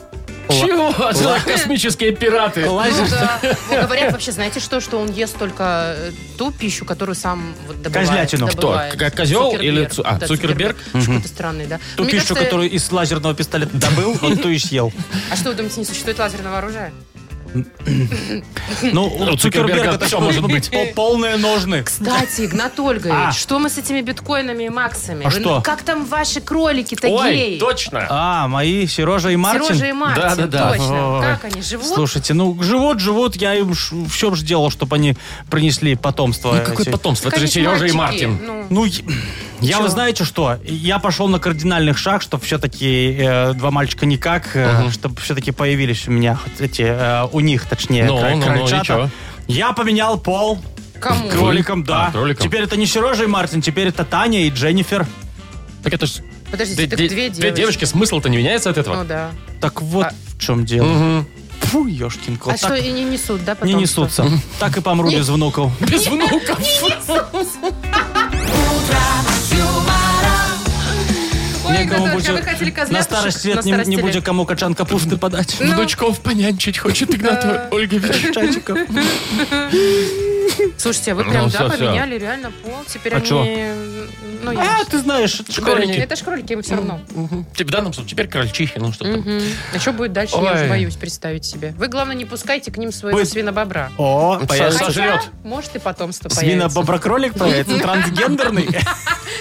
B: Чего? За Космические пираты.
C: Ну
D: Лазер.
C: да. Вот Говорят вообще, знаете что, что он ест только э, ту пищу, которую сам вот добывает.
D: Козлятину.
B: Кто?
C: добывает.
B: Как козел или Цу- а,
C: Да,
B: Цукерберг?
C: Какой-то странный, да.
D: Ту
C: Ну, Мне
D: пищу,
C: кажется,
D: которую из лазерного пистолета добыл, он ту и съел.
C: А что вы думаете, не существует лазерного оружия?
D: Ну, у
B: У Цукерберга
D: Цукерберга это
B: всё
D: что
B: может
D: может
B: быть.
D: быть? Полные ножны.
C: Кстати, Игнат Ольгович,
D: А.
C: что мы с этими биткоинами и максами?
D: А
C: Вы-
D: что?
C: Как там ваши кролики-то
B: Ой,
C: геи?
B: точно.
D: А, мои Сережа и Мартин.
C: Сережа и Мартин,
B: Да-да-да.
C: точно.
D: Ой.
C: Как они живут?
D: Слушайте, ну живут, живут, я им все же делал, чтобы они принесли потомство.
B: Ну, какое
D: эти.
B: потомство?
C: Так
B: Это же
C: они
B: Сережа и
C: мальчики.
B: Мартин.
C: Ну,
D: Ну, я- я, вы знаете что, я пошел на кардинальных шаг, чтобы все-таки э, два мальчика никак, чтобы все-таки появились у меня хоть эти, э, у них точнее,
B: Ну,
D: кра-
B: ну, ну, и
D: крольчата.
B: чё?
D: Я поменял пол
C: кому?
D: кроликом, да.
B: А, кроликом.
D: Теперь это не Сережа и Мартин, теперь это Таня и Дженнифер.
B: Так это ж
C: Подождите,
B: д-
C: так
B: д-
C: две девочки.
B: две девочки. Смысл-то не меняется от
C: Ну
B: этого?
C: да.
D: Так вот
C: А-
D: в чем дело.
B: Мгм.
D: Фу, ешкин кот.
C: а что, и не несут, да, потом?
D: не несутся. Так и помру без внуков.
B: Без внуков.
C: Ой, Игнат
D: Некому
C: Ольгович, а
D: будет-
C: вы хотели козлят?
D: на старости
C: На
D: лет не,
C: старости
D: не
C: лет. Ну.
D: будет кому качан капусты подать.
B: Внучков понянчить хочет Игнат Ольгович.
D: Чайчиков.
C: Слушайте, а вы прям,
B: Ну,
C: да,
B: всё-всё.
C: поменяли реально пол. Теперь
D: А
C: они...
D: чё?
C: Ну, я...
D: А, ты знаешь, это ж кролики.
C: Это же кролики, им все равно.
B: Мгм. В данном случае теперь крольчихи, ну что там.
C: Мгм. А что будет дальше, я
B: Ой.
C: уже боюсь представить себе. Вы, главное, не пускайте к ним своего
D: Будет.
C: свинобобра.
D: О, появится.
B: Саша. Сожрет.
C: может, и потомство появится.
D: Свинобоброкролик появится, трансгендерный.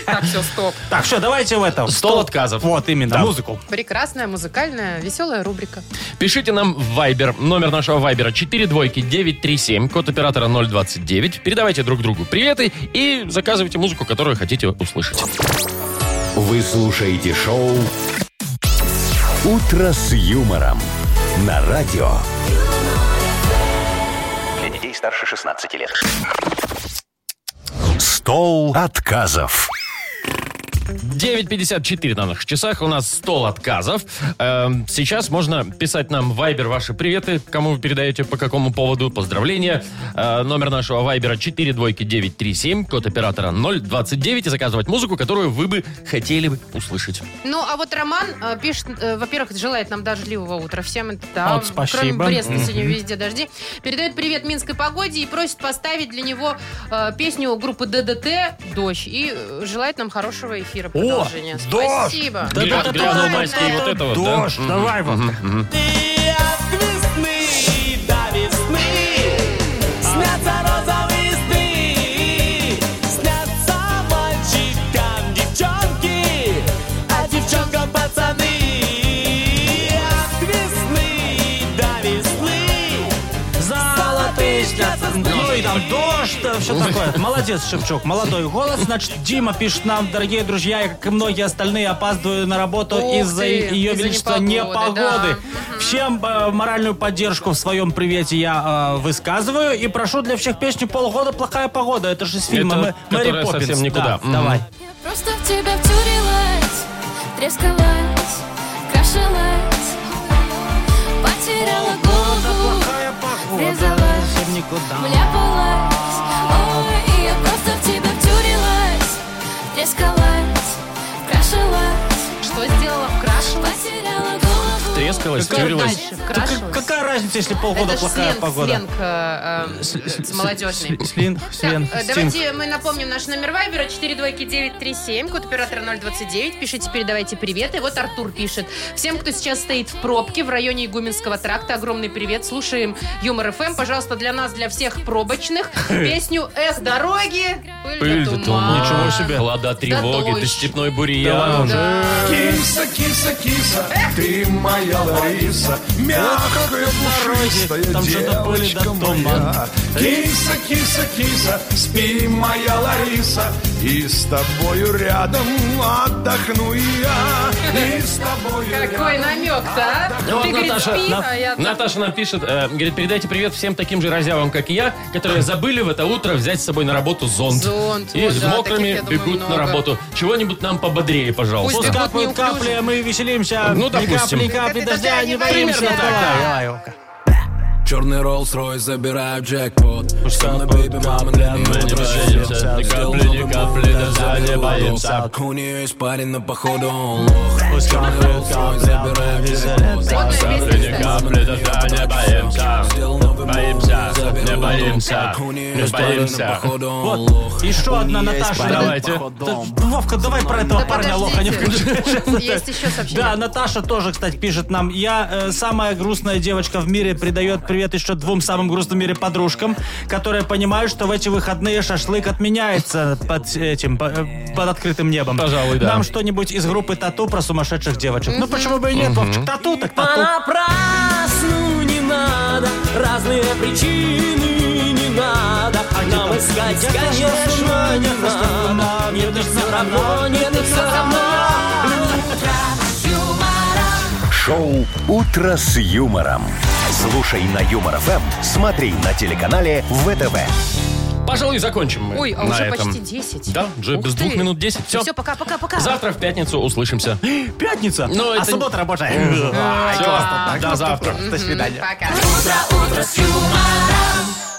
C: Так, все, стоп.
D: Так, все, давайте в этом.
B: Стол отказов.
D: Вот, именно,
B: Да.
D: музыку.
C: Прекрасная, музыкальная, веселая рубрика.
B: Пишите нам в Viber. Номер нашего Viber 4 двойки 937, код оператора 029. Передавайте друг другу приветы и заказывайте музыку, которую хотите услышать.
A: Вы слушаете шоу «Утро с юмором» на радио.
E: Для детей старше 16 лет.
A: Стол отказов.
B: 9.54 на наших часах. У нас стол отказов. Эм, сейчас можно писать нам в Viber ваши приветы, кому вы передаете, по какому поводу, поздравления. Э, номер нашего Viber 4 двойки 937, код оператора 029. И заказывать музыку, которую вы бы хотели бы услышать.
C: Ну, а вот Роман э, пишет, э, во-первых, желает нам дождливого утра. Всем это, да,
D: Вот, спасибо.
C: кроме Бреста, сегодня везде дожди. Передает привет минской погоде и просит поставить для него э, песню группы ДДТ «Дождь». И э, желает нам хорошего эфира, продолжения. Спасибо.
B: Да, да, да, да, да, да, вот это вот, да?
D: Дождь, давай вот. а Золотые снятся. Ну и там дождь, да, все такое. Молодец, Шевчук, молодой голос. Значит, Дима пишет нам, дорогие друзья, я, как и многие остальные, опаздываю на работу
C: Ух
D: из-за
C: ты,
D: ее
C: из-за
D: величества
C: непогоды,
D: непогоды.
C: да.
D: Всем э, моральную поддержку в своем привете я э, высказываю и прошу для всех песню «Полгода плохая погода». Это же из фильма
B: Это,
D: Мэ- «Мэри
B: которая
D: Поппинс».
B: совсем никуда.
D: Да,
B: Мгм.
D: Давай.
I: Я просто в тебя втюрилась, трескалась, крашилась, потеряла голову, врезалась,
D: Совсем никуда.
I: вляпалась. Ой, и я просто в тебя втюрилась, трескалась, крашилась,
C: Что сделала? Вкрашивалась?
I: потеряла голову.
B: Трескалась,
C: Какая
B: тюрилась.
C: дальше?
D: Так
C: Вкрашивалась?
D: как- какая разница, если полгода
C: Это ж
D: плохая
C: сленг,
D: погода?
C: сленг э, э, с- молодежный.
D: Сли- Слинг, слинг,
C: Так, э,
D: стинг.
C: давайте мы напомним наш номер вайбера 42937, код оператора 029. Пишите, передавайте привет. И вот Артур пишет. Всем, кто сейчас стоит в пробке в районе Игуменского тракта, огромный привет. Слушаем Юмор ФМ. Пожалуйста, для нас, для всех пробочных, песню «Эх, дороги, пыль,
B: Пыль,
C: да
B: да
C: туман».
B: туман.
D: Ничего себе.
B: Холода, тревоги,
C: дождь.
B: ты степной бурьян.
C: Да.
G: Киса, киса, киса, ты моя Лариса, мягкая, пушистая
D: там что-то были
G: девочка
D: до дома.
G: моя. Киса, киса, киса, спи, моя Лариса, и с тобою рядом отдохну и я, и с тобою
C: Какой намек-то, а?
B: Ну вот
C: Ты, говорит,
B: Наташа,
C: спи,
B: На-
C: а я...
B: Наташа нам пишет, э, говорит, передайте привет всем таким же разявам, как и я, которые забыли в это утро взять с собой на работу зонт.
C: Зонт,
B: И
C: вот, да,
B: мокрыми
C: таких, я думаю,
B: бегут на
C: много.
B: работу. Чего-нибудь нам пободрее, пожалуйста.
C: Пусть
D: Пусть
C: бегут
D: капают
C: неуклюже.
D: капли, а мы веселимся.
B: Ну, допустим.
D: Ни капли, ни капли дождя, не боимся.
B: Примерно так, да.
D: Давай, давай, Вовка.
J: Черный Rolls-Royce забираю джекпот Со мной, бейби, мама для
B: Мы не
J: нее
B: боимся, ни капли, ни капли дождя не боимся.
J: У нее есть парень, но походу он лох Черный Rolls-Royce забираю джекпот
C: Модная песня,
B: Ни
C: кстати.
B: капли дождя не боимся. Боимся, не боимся, не боимся.
J: походу он лох
D: Вот, еще одна Наташа.
B: Давайте.
D: Да, Вовка, давай про этого
C: Да
D: парня лоха не
C: подождите.
D: включай.
C: Есть еще сообщение.
D: Да, Наташа тоже, кстати, пишет нам. Я э, самая грустная девочка в мире придает привет еще двум самым грустным в мире подружкам, которые понимают, что в эти выходные шашлык отменяется под этим, по- э, под открытым небом.
B: Пожалуй, да.
D: Нам что-нибудь из группы Тату про сумасшедших девочек. Ну почему бы и нет, Вовчик? Тату так тату.
K: Понапрасну не надо, разные причины не надо.
D: А
K: Нам искать, конечно, не надо. Мне ты все равно, мне ты все равно.
A: Шоу «Утро с юмором». Слушай на Юмор ФМ, смотри на телеканале ВТВ.
B: Пожалуй, закончим мы
C: Ой, а
B: на
C: уже
B: этом.
C: почти 10.
B: Да, уже
C: Ух
B: без
C: ты.
B: двух минут 10. Все.
C: Все, пока-пока-пока.
B: Завтра в пятницу услышимся.
D: Пятница,
B: Ну,
D: а
B: это-
D: суббота рабочая.
B: Все, до завтра.
D: До свидания.
C: Пока.
I: Утро, утро с юмором.